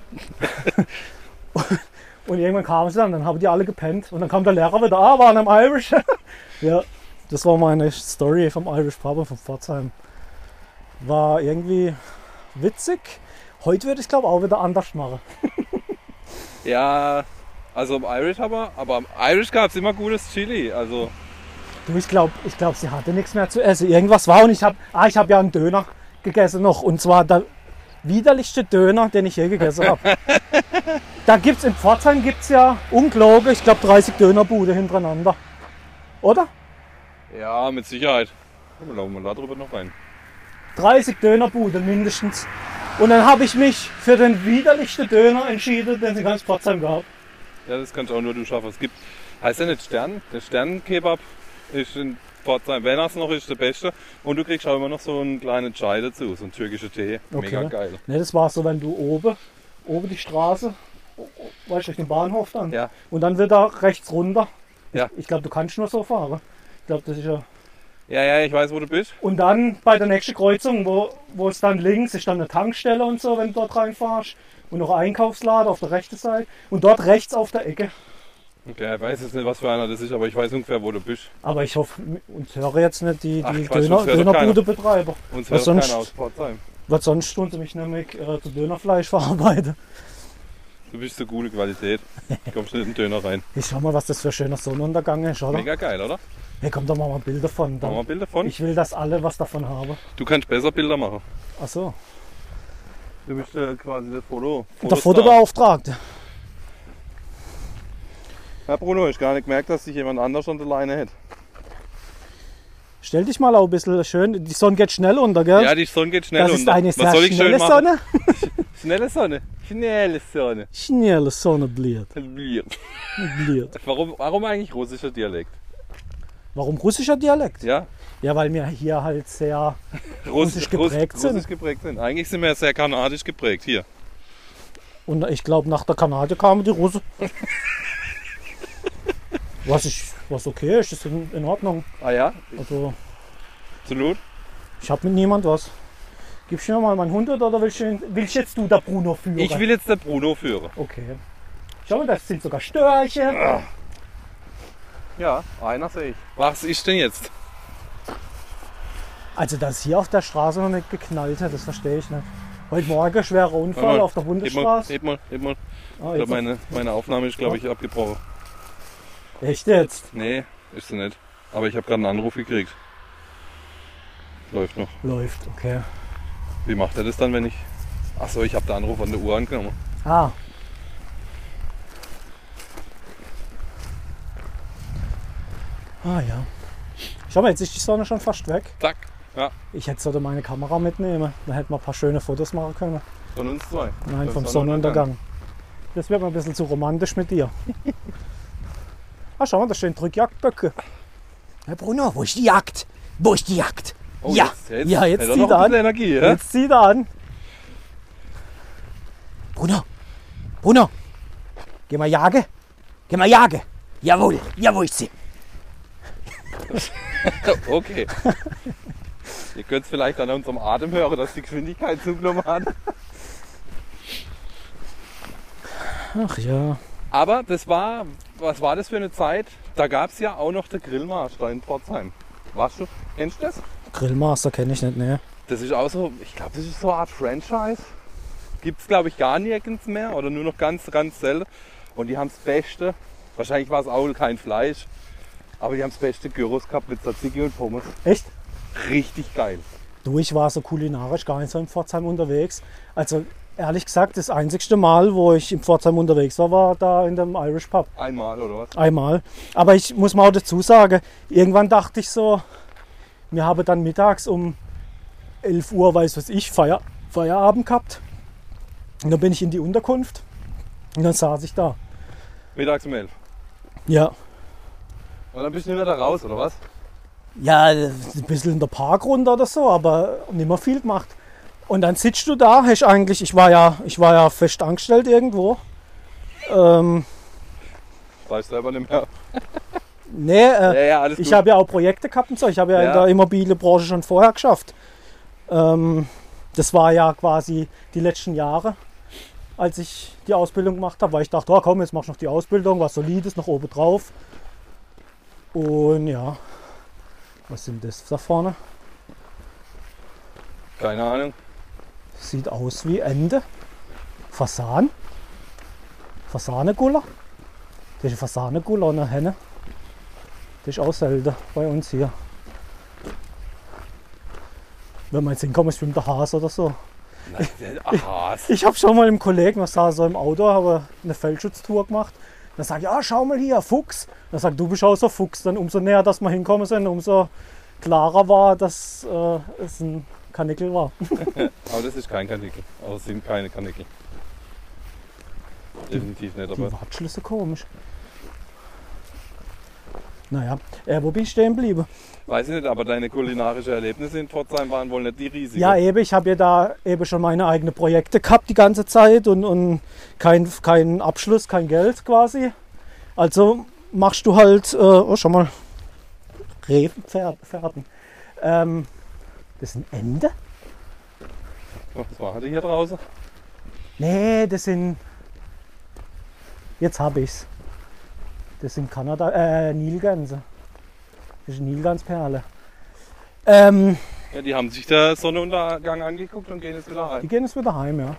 S2: Und irgendwann kamen sie dann, dann haben die alle gepennt. Und dann kam der Lehrer wieder, ah, waren am Irish. ja, das war meine Story vom Irish Pub und vom Pforzheim. War irgendwie witzig. Heute würde ich glaube auch wieder anders machen.
S1: Ja, also am Irish aber, aber am Irish gab es immer gutes Chili. Also
S2: Du, ich glaube, ich glaub, sie hatte nichts mehr zu essen. Irgendwas war und ich habe ah, ich hab ja einen Döner gegessen noch. Und zwar der widerlichste Döner, den ich je gegessen habe. da gibt's in Pforzheim gibt's ja ungelogen, ich glaube 30 Dönerbude hintereinander. Oder?
S1: ja, mit Sicherheit. Wir laufen mal da drüber noch rein.
S2: 30 Dönerbuden mindestens. Und dann habe ich mich für den widerlichsten Döner entschieden, den es in ganz Pforzheim gab.
S1: Ja, das kannst auch nur du schaffen. Es gibt, heißt ja nicht Stern, der Sternenkebab ist in Pforzheim, wenn er es noch ist, der beste. Und du kriegst auch immer noch so einen kleinen Chai dazu, so einen türkischen Tee. Mega geil.
S2: Ne, das war so, wenn du oben, oben die Straße, o- o- weißt du, durch den Bahnhof dann.
S1: Ja.
S2: Und dann wird da rechts runter.
S1: Ja.
S2: Ich glaube, du kannst nur so fahren. Ich glaube, das ist ja.
S1: ja, ja, ich weiß, wo du bist.
S2: Und dann bei der nächsten Kreuzung, wo, wo es dann links ist, dann eine Tankstelle und so, wenn du dort reinfährst. Und noch ein Einkaufsladen auf der rechten Seite. Und dort rechts auf der Ecke.
S1: Okay, ich weiß jetzt nicht, was für einer das ist, aber ich weiß ungefähr, wo du bist.
S2: Aber ich hoffe, m- uns höre jetzt nicht die,
S1: Ach,
S2: die
S1: Quatsch,
S2: Döner,
S1: uns hört doch keiner.
S2: Dönerbudebetreiber.
S1: Uns
S2: Was
S1: hört keiner
S2: sonst?
S1: aus Pforzheim.
S2: Weil sonst tun sie mich nämlich äh, zu Dönerfleisch verarbeiten.
S1: Du bist so gute Qualität. Du kommst nicht in den Döner rein.
S2: Ich schau mal, was das für ein schöner Sonnenuntergang ist, oder?
S1: Mega geil, oder?
S2: Hier kommt doch mal mal Bilder von.
S1: Machen wir
S2: Dann.
S1: Bilder von?
S2: Ich will, dass alle was davon haben.
S1: Du kannst besser Bilder machen.
S2: Ach so.
S1: Du bist äh, quasi der Foto.
S2: Der Fotobeauftragte.
S1: Herr Bruno, ich gar nicht gemerkt, dass sich jemand anders an der Leine hält.
S2: Stell dich mal auch ein bisschen schön. Die Sonne geht schnell unter, gell?
S1: Ja, die Sonne geht schnell
S2: das ist
S1: unter.
S2: eine sehr
S1: was soll ich schön
S2: schnelle
S1: machen?
S2: Sonne.
S1: Schnelle Sonne. Schnelle Sonne.
S2: Schnelle Sonne bliert. bliert.
S1: Warum, warum eigentlich russischer Dialekt?
S2: Warum russischer Dialekt?
S1: Ja?
S2: Ja, weil wir hier halt sehr. Russisch geprägt
S1: Russ,
S2: sind.
S1: Russisch geprägt sind. Eigentlich sind wir ja sehr kanadisch geprägt hier.
S2: Und ich glaube, nach der Kanadier kamen die Russen. was, ich, was okay ist, ist in, in Ordnung.
S1: Ah ja?
S2: Also,
S1: Absolut.
S2: ich habe mit niemand was. Gibst du mir mal meinen 100 oder willst, du- willst jetzt du da Bruno führen?
S1: Ich will jetzt der Bruno führen.
S2: Okay. Schau mal, das sind sogar Störche.
S1: Ja, einer sehe ich. Was ist denn jetzt?
S2: Also, dass hier auf der Straße noch nicht geknallt hat, das verstehe ich nicht. Heute Morgen schwerer Unfall auf der
S1: heb mal,
S2: Bundesstraße.
S1: heb mal, heb mal.
S2: Ah,
S1: Ich glaub,
S2: jetzt-
S1: meine, meine Aufnahme ist, glaube ich, abgebrochen.
S2: Echt jetzt?
S1: Nee, ist sie nicht. Aber ich habe gerade einen Anruf gekriegt. Läuft noch.
S2: Läuft, okay.
S1: Wie macht er das dann, wenn ich. Achso, ich habe den Anruf an der Uhr angenommen.
S2: Ah. Ah ja. Schau mal, jetzt ist die Sonne schon fast weg.
S1: Zack. Ja,
S2: Ich hätte sollte meine Kamera mitnehmen. Dann hätten wir ein paar schöne Fotos machen können.
S1: von uns zwei.
S2: Nein,
S1: Das
S2: vom
S1: war
S2: Sonnenuntergang. Das wird mir ein bisschen zu romantisch mit dir. ah, schau mal, da stehen Drückjagdböcke. Herr Bruno, wo ist die Jagd? Wo ist die Jagd?
S1: Oh,
S2: ja,
S1: jetzt- jetzt
S2: ja,
S1: hat
S2: jetzt
S1: er
S2: zieht
S1: noch
S2: er
S1: ein bisschen
S2: an.
S1: Energie, ne? ja?
S2: Jetzt zieht er an.
S4: Bruno, Bruno,
S2: Geh mal jagen.
S4: geh mal jagen. Jawohl, jawohl, ich sehe.
S1: Okay. Ihr könnt es vielleicht an unserem Atem hören, dass die Geschwindigkeit zugenommen hat.
S2: Ach ja.
S1: Aber das war, was war das für eine Zeit? Da gab es ja auch noch den Grillmarsch da in Pforzheim. Warst du? Kennst du das?
S2: Grillmaster kenne ich nicht, ne?
S1: Das ist auch so, ich glaube, das ist so eine Art Franchise. Gibt es, glaube ich, gar nirgends mehr oder nur noch ganz, ganz selten. Und die haben das Beste, wahrscheinlich war es auch kein Fleisch, aber die haben das beste Gyros gehabt mit Tzatziki und Pommes.
S2: Echt?
S1: Richtig geil.
S2: Du, ich war so kulinarisch gar nicht so in Pforzheim unterwegs. Also ehrlich gesagt, das einzigste Mal, wo ich in Pforzheim unterwegs war, war da in dem Irish Pub.
S1: Einmal oder was?
S2: Einmal. Aber ich muss mal auch dazu sagen, irgendwann dachte ich so, wir haben dann mittags um 11 Uhr, weiß was ich, Feier, Feierabend gehabt. Und dann bin ich in die Unterkunft und dann saß ich da.
S1: Mittags um 11.
S2: Ja,
S1: Und dann bist du nicht mehr da raus, oder was?
S2: ja, ein bisschen in der Park runter oder so, aber nicht mehr viel gemacht. Und dann sitzt du da, hast eigentlich, ich war ja, ich war ja fest angestellt irgendwo. Ähm,
S1: Weiß selber nicht mehr.
S2: nee, äh,
S1: Ja, ja, alles
S2: ich
S1: gut.
S2: habe ja auch Projekte gehabt und so. Ich habe ja,
S1: Ja.
S2: in der Immobilienbranche schon vorher geschafft. Ähm, das war ja quasi die letzten Jahre. als ich die Ausbildung gemacht habe, weil ich dachte, oh, komm, jetzt mach ich noch die Ausbildung, was solides, noch oben drauf. Und ja, was sind das da vorne?
S1: Keine Ahnung.
S2: Sieht aus wie Ende. Fasan. Fasaneguller. Das ist ein Fasaneguller und eine Henne. Das ist auch selten bei uns hier. Wenn man jetzt hinkommt, schwimmt der Hase oder so.
S1: Aha,
S2: Ich habe schon mal im Kollegen, was saß so im Auto, habe eine Feldschutztour gemacht. Dann sage ich, ja, schau mal hier, Fuchs. Dann sagt, du bist auch so ein Fuchs. Dann umso näher, dass wir hinkommen sind, umso klarer war, dass äh, es ein Kanickel war.
S1: aber das ist kein Karnickel. Aber es sind keine Karnickel. Definitiv nicht,
S2: Die
S1: aber
S2: Wartschlüsse komisch. Naja, äh, wo bin ich stehen geblieben?
S1: weiß ich nicht, aber deine kulinarischen Erlebnisse in Pforzheim waren wohl nicht die riesigen.
S2: Ja, eben, ich habe ja da eben schon meine eigenen Projekte gehabt die ganze Zeit und, und kein, kein Abschluss, kein Geld quasi. Also machst du halt, äh, oh, schau mal, Rebenpferden. Ähm, das sind Ende?
S1: Was machen die hier draußen?
S2: Nee, das sind. Jetzt habe ich's. Das sind Kanada, äh, Nilgänse. Das ist Nilgansperle. Ähm,
S1: Ja, die haben sich der Sonnenuntergang angeguckt und gehen jetzt wieder
S2: Die
S1: heim.
S2: gehen jetzt wieder heim, ja.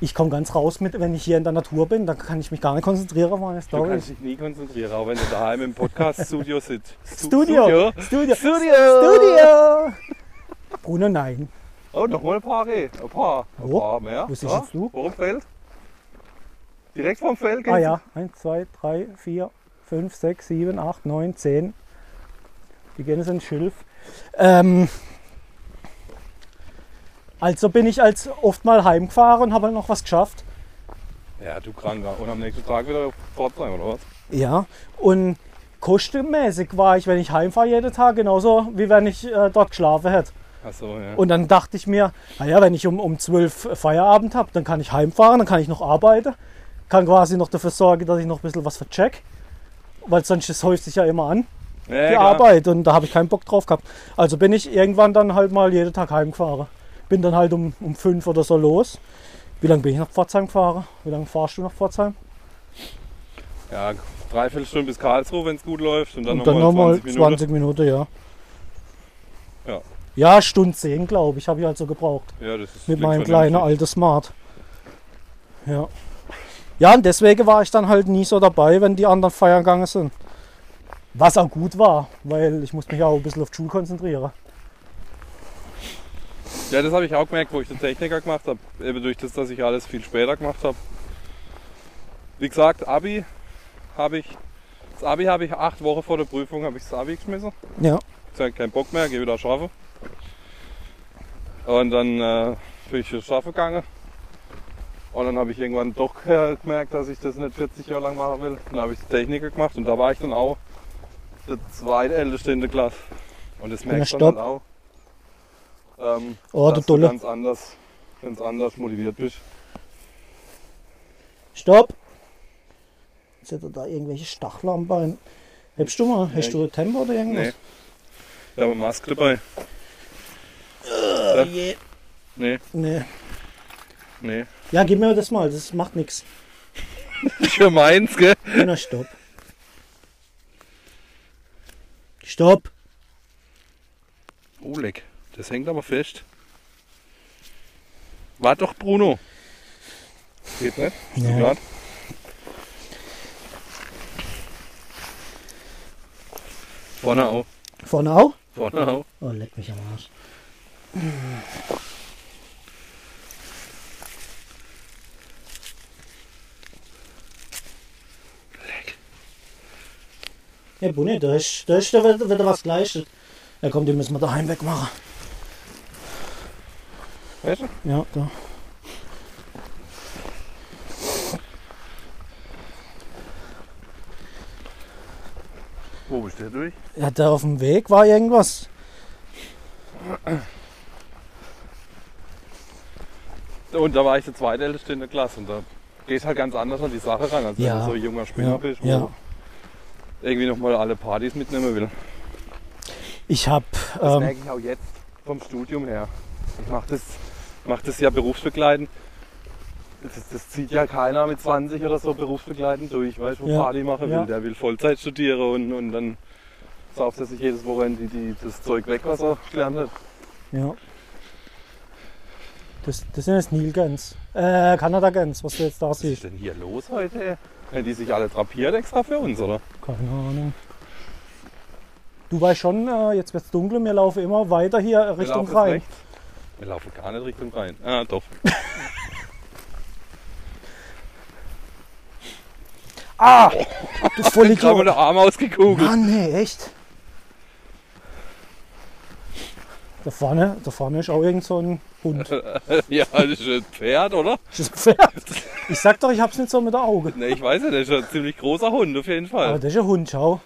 S2: Ich komme ganz raus mit, wenn ich hier in der Natur bin, dann kann ich mich gar nicht konzentrieren auf meine
S1: Du
S2: Story.
S1: kannst dich nie konzentrieren, auch wenn du daheim im Podcast-Studio sitzt. Stu-
S2: Studio!
S1: Studio.
S2: Studio! Studio! Bruno, nein.
S1: Oh, nochmal ein paar Rehe. Ein paar. Ein
S2: Wo?
S1: paar mehr.
S2: Oh, Wo siehst
S1: Da,
S2: jetzt du?
S1: Vor dem Feld. Direkt vom Feld
S2: Ah
S1: gehst
S2: ja, 1, 2, 3, 4, 5, 6, 7, 8, 9, 10. Die gehen jetzt ins Schilf. Ähm, also bin ich als oft mal heimgefahren und habe halt noch was geschafft.
S1: du. Ja, du Kranker. Und am nächsten Tag wieder Pforzheim, oder was?
S2: Ja, und kostenmäßig war ich, wenn ich heimfahre, jeden Tag genauso, wie wenn ich äh, dort geschlafen hätte.
S1: Achso, ja.
S2: Und dann dachte ich mir, naja, wenn ich um, um 12 Feierabend habe, dann kann ich heimfahren, dann kann ich noch arbeiten, kann quasi noch dafür sorgen, dass ich noch ein bisschen was vercheck, weil sonst das häuft sich ja immer an,
S1: Äh, ja,
S2: die
S1: klar.
S2: Arbeit, und da habe ich keinen Bock drauf gehabt. Also bin ich irgendwann dann halt mal jeden Tag heimgefahren. Bin dann halt um, um 5 oder so los. Wie lange bin ich nach Pforzheim gefahren? Wie lange fahrst du nach Pforzheim?
S1: Ja, dreiviertel Stunde bis Karlsruhe, wenn es gut läuft. Und dann
S2: Und dann
S1: nochmal
S2: nochmal
S1: 20 Minuten.
S2: 20 Minuten, ja.
S1: Ja.
S2: Ja, Stunde 10, glaube ich, habe ich also gebraucht.
S1: Ja, das ist
S2: Mit
S1: klingt
S2: meinem
S1: vernünftig.
S2: kleinen alten Smart. Ja. Ja, und deswegen war ich dann halt nie so dabei, wenn die anderen feiern gegangen sind. Was auch gut war, weil ich musste mich auch ein bisschen auf die Schule konzentrieren.
S1: Ja, das habe ich auch gemerkt, wo ich den Techniker gemacht habe. Eben durch das, dass ich alles viel später gemacht habe. Wie gesagt, Abi habe ich. Das Abi habe ich acht Wochen vor der Prüfung habe ich das Abi geschmissen.
S2: Ja.
S1: gesagt, keinen Bock mehr, geh wieder schlafen. Und dann äh, bin ich wieder schlafen gegangen. Und dann habe ich irgendwann doch äh, gemerkt, dass ich das nicht 40 Jahre lang machen will. Dann habe ich Techniker gemacht und da war ich dann auch der zweitälteste in der Klasse. Und das merkst du
S2: stopp.
S1: dann halt auch. Ähm,
S2: Oh, du
S1: dass
S2: Dulle.
S1: du ganz anders, ganz anders motiviert bist.
S2: Stopp! Jetzt hat er da irgendwelche Stachel am Bein. Hebst du mal? Hast du Tempo oder
S1: Nee.
S2: irgendwas?
S1: Da haben wir Maske dabei.
S2: Nee.
S1: Nee,
S2: nee.
S1: nee.
S2: Ja, gib mir das mal, das macht nichts.
S1: Nicht für meins, gell?
S2: Na, stopp. Stopp!
S1: Oh, leck. Das hängt aber fest. War doch Bruno. Geht nicht?
S2: Nee.
S1: Grad. Vorne auch.
S2: Vorne auch?
S1: Vorne auch.
S2: Oh, leck mich am Arsch.
S1: Leck.
S2: Ja, Bunny, da ist, da ist da wird, wird was geleistet. Ja, komm, die müssen wir daheim wegmachen.
S1: Weißt du?
S2: Ja, da.
S1: Wo bist du durch?
S2: Ja, da auf dem Weg war irgendwas.
S1: Und da war ich der zweitälteste in der Klasse und da gehst halt ganz anders an die Sache ran, als
S2: Ja.
S1: wenn du so ein junger Spinner
S2: Ja,
S1: bist, wo
S2: ja.
S1: irgendwie nochmal alle Partys mitnehmen will.
S2: Ich hab.
S1: Das
S2: Ähm,
S1: merke ich auch jetzt vom Studium her. Ich mache das, mach das ja berufsbegleitend. das, das zieht ja keiner mit 20 oder so berufsbegleitend durch, weißt du, wo
S2: Ja.
S1: Party machen will.
S2: Ja.
S1: Der will Vollzeit studieren und, und dann sauft er sich jedes Wochenende die, die, das Zeug weg, was er gelernt hat.
S2: Ja. Das, das sind jetzt Nilgans. Äh, Kanadagans, was du jetzt da
S1: Was ist
S2: siehst.
S1: denn hier los heute? ey? Haben die sich alle drapiert extra für uns, oder?
S2: Keine Ahnung. Du weißt schon, äh, jetzt wird's dunkel, wir laufen immer weiter hier
S1: Wir
S2: Richtung
S1: laufen jetzt
S2: rein.
S1: rechts. Wir laufen gar nicht Richtung rein. Ah, doch.
S4: Ah! Du
S1: Ich habe mir
S4: Vollidiot!
S1: den Arm ausgekugelt.
S4: Mann, nee, echt?
S2: Da vorne, da vorne ist auch irgend so ein Hund.
S1: Ja, das ist ein Pferd, oder?
S2: Ist das ein Pferd? Ich sag doch, ich hab's nicht so mit den Augen.
S1: Ne, ich weiß ja, das ist ein ziemlich großer Hund auf jeden
S2: Aber
S1: Fall.
S2: das ist ein Hund, schau.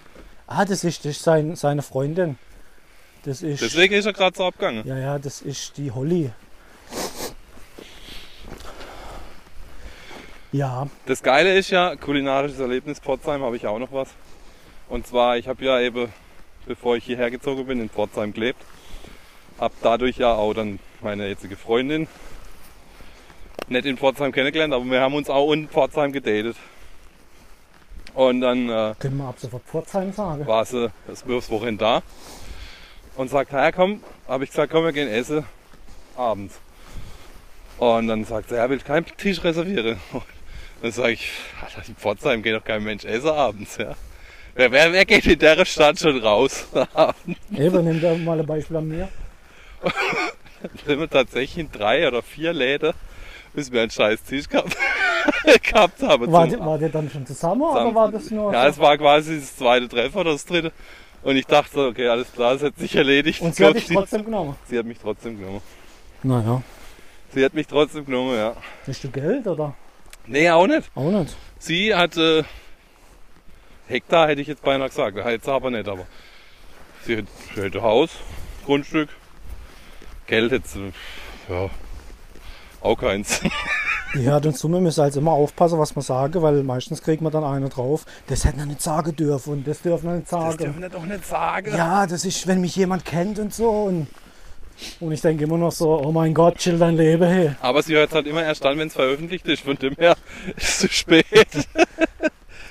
S2: Ah, das ist, das ist sein, seine Freundin. Das ist.
S1: Deswegen ist er gerade so abgegangen.
S2: Ja, ja, das ist die Holly. Ja,
S1: Das Geile ist ja, kulinarisches Erlebnis Pforzheim habe ich auch noch was. Und zwar, ich habe ja eben, bevor ich hierher gezogen bin, in Pforzheim gelebt. Hab dadurch ja auch dann meine jetzige Freundin nicht in Pforzheim kennengelernt, aber wir haben uns auch in Pforzheim gedatet. Und dann äh,
S2: können wir ab sofort Pforzheim sagen.
S1: war sie das Wurfswochenende da und sagt, naja komm, habe ich gesagt, komm, wir gehen essen abends. Und dann sagt sie, ja, will keinen Tisch reservieren. Und dann sage ich, Alter, in Pforzheim geht doch kein Mensch essen abends, ja. Wer, wer, wer geht in der Stadt schon raus? Abends
S2: Eben, nimm da mal ein Beispiel an mir.
S1: sind wir tatsächlich in drei oder vier Läden, bis wir einen scheiß Tisch gehabt, gehabt haben.
S2: War,
S1: zum
S2: die- war der dann schon zusammen
S1: Zusammen-
S2: oder war das nur.
S1: Ja,
S2: so?
S1: es war quasi das zweite Treffen oder das dritte. Und ich dachte, okay, alles klar, es hat sich erledigt.
S2: Und sie hat dich
S1: Gott, die-
S2: trotzdem genommen.
S1: Sie hat mich trotzdem genommen.
S2: Naja.
S1: Sie hat mich trotzdem genommen, ja.
S2: Hast du Geld oder?
S1: Nee, auch nicht.
S2: Auch nicht.
S1: Sie hatte Hektar, hätte ich jetzt beinahe gesagt. Jetzt aber nicht, aber sie hat- sie hätte Haus, Grundstück, Geld jetzt, ja, auch keins.
S2: Die hört uns zu, wir müssen halt immer aufpassen, was wir sagen, weil meistens kriegt man dann einen drauf. Das hätten wir nicht sagen dürfen und das dürfen wir nicht sagen.
S1: wir doch nicht sagen.
S2: Ja, das ist, wenn mich jemand kennt und so. Und, und ich denke immer noch so, oh mein Gott, chill dein Leben, hey.
S1: Aber sie hört es halt immer erst dann, wenn es veröffentlicht ist. Von dem her ist es zu spät.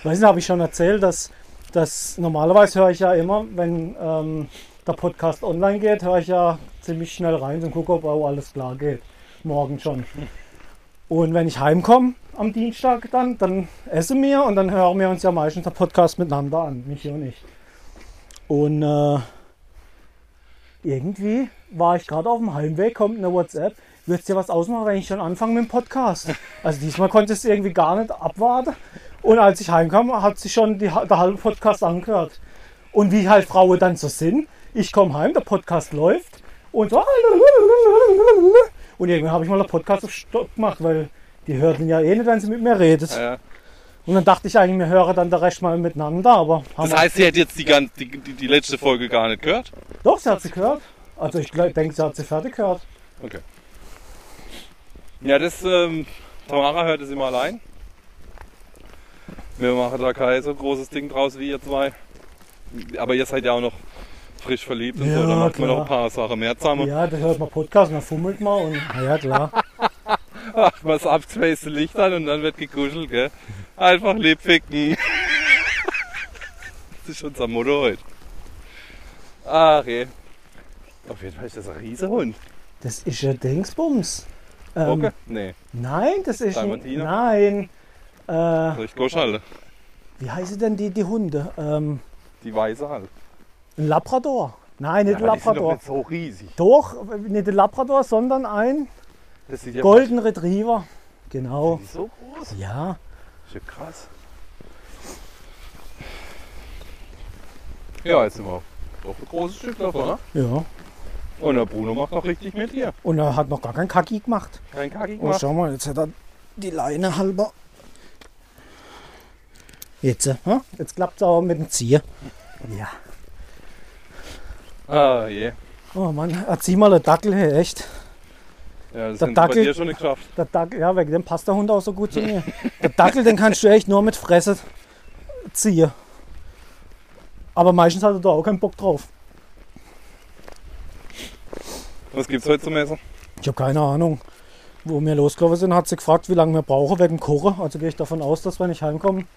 S2: Weiß nicht, habe ich schon erzählt, dass, dass normalerweise höre ich ja immer, wenn ähm, der Podcast online geht, höre ich ja ziemlich schnell rein und gucke, ob auch alles klar geht. Morgen schon. Und wenn ich heimkomme am Dienstag dann, dann esse mir und dann hören wir uns ja meistens den Podcast miteinander an, Michi und ich. Und äh, irgendwie war ich gerade auf dem Heimweg, kommt eine WhatsApp, wird dir was ausmachen, wenn ich schon anfange mit dem Podcast? Also diesmal konnte es irgendwie gar nicht abwarten. Und als ich heimkam, hat sich schon die, der halbe Podcast angehört. Und wie halt Frauen dann so sind, ich komme heim, der Podcast läuft und so. Und irgendwann habe ich mal den Podcast auf Stopp gemacht, weil die hört ihn ja eh nicht, wenn sie mit mir redet.
S1: Ja.
S2: Und dann dachte ich eigentlich, wir hören dann der Rest mal miteinander, aber
S1: Das
S2: haben wir-
S1: heißt, sie hätte jetzt die, ganz, die, die, die letzte Folge gar nicht gehört.
S2: doch, sie hat sie gehört. Also ich denke, sie hat sie fertig gehört.
S1: Okay. Ja, das, ähm, Tamara hört es immer allein. Wir machen da kein so großes Ding draus wie ihr zwei. Aber ihr seid ja auch noch frisch verliebt und so,
S2: Ja,
S1: da macht man
S2: klar.
S1: noch ein paar Sachen mehr zusammen.
S2: Ja, da hört man Podcast und dann fummelt man und na ja klar.
S1: Macht man das abgespacete Licht an und dann wird gekuschelt, gell? Einfach lieb ficken. das ist unser Motto heute. Ach je. Auf jeden Fall ist das ein Riesehund.
S2: Das ist ja Dingsbums. Ähm,
S1: Okay? Nee,
S2: Nein, das ist ein,
S1: Dalmatiner?
S2: nein. Äh,
S1: soll ich Goschhalle?
S2: wie heißen denn die, die Hunde? Ähm,
S1: Die Weiße halt.
S2: ein Labrador. Nein, nicht ein
S1: Aber die sind doch
S2: Labrador.
S1: nicht so riesig.
S2: Doch, nicht ein Labrador, sondern ein
S1: Das sieht ja
S2: Golden Retriever. Genau.
S1: Die ist so groß.
S2: Ja,
S1: Ist ja krass. Ja, jetzt sind wir doch ein großes Stück davon, ne?
S2: ja.
S1: Und der Bruno macht noch richtig mit hier.
S2: Und er hat noch gar keinen Kacki gemacht.
S1: Kein Kacki
S2: Oh,
S1: gemacht.
S2: schau mal, jetzt hat er die Leine halber. Jetzt, äh, hä? jetzt klappt es aber mit dem Zier. Ja.
S1: Ah, je.
S2: Oh Mann, erzieh mal den Dackel hier, echt.
S1: Ja, das
S2: Der
S1: haben sie bei
S2: Dackel-
S1: dir schon nicht geschafft.
S2: Der Dackel, ja, wegen dem passt der Hund auch so gut zu mir. Der Dackel, den kannst du echt nur mit Fresse ziehen. Aber meistens hat er da auch keinen Bock drauf.
S1: Was gibt's heute zum Essen?
S2: Ich habe keine Ahnung. wo wir losgelaufen sind, hat sie gefragt, wie lange wir brauchen wegen Kochen. Also gehe ich davon aus, dass wir nicht heimkommen.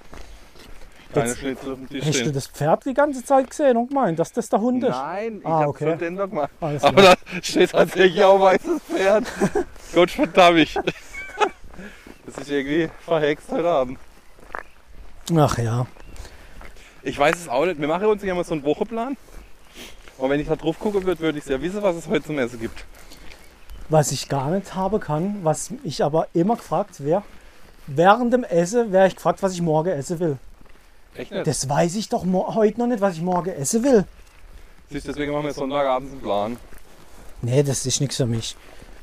S1: Keine
S2: Jetzt-
S1: Schnitzel auf dem Tisch
S2: Hast du
S1: stehen.
S2: das Pferd die ganze Zeit gesehen und gemeint, dass das der Hund ist?
S1: Nein, ich
S2: Ah,
S1: hab's
S2: okay.
S1: okay. den doch gemacht.
S2: Alles
S1: Aber
S2: klar.
S1: da steht tatsächlich auch ein weißes Pferd. Gott verdammt. Das ist irgendwie verhext heute Abend.
S2: Ach ja.
S1: Ich weiß es auch nicht. Wir machen uns ja immer so einen Wochenplan. Und wenn ich da drauf gucken würde, würde ich ja wissen, was es heute zum Essen gibt.
S2: Was ich gar nicht haben kann, was ich aber immer gefragt wäre, während dem Essen wäre ich gefragt, was ich morgen essen will.
S1: Echt nicht?
S2: Das weiß ich doch mo- heute noch nicht, was ich morgen essen will.
S1: Siehst, du, deswegen machen wir Sonntagabends einen Plan.
S2: Nee, das ist nichts für mich.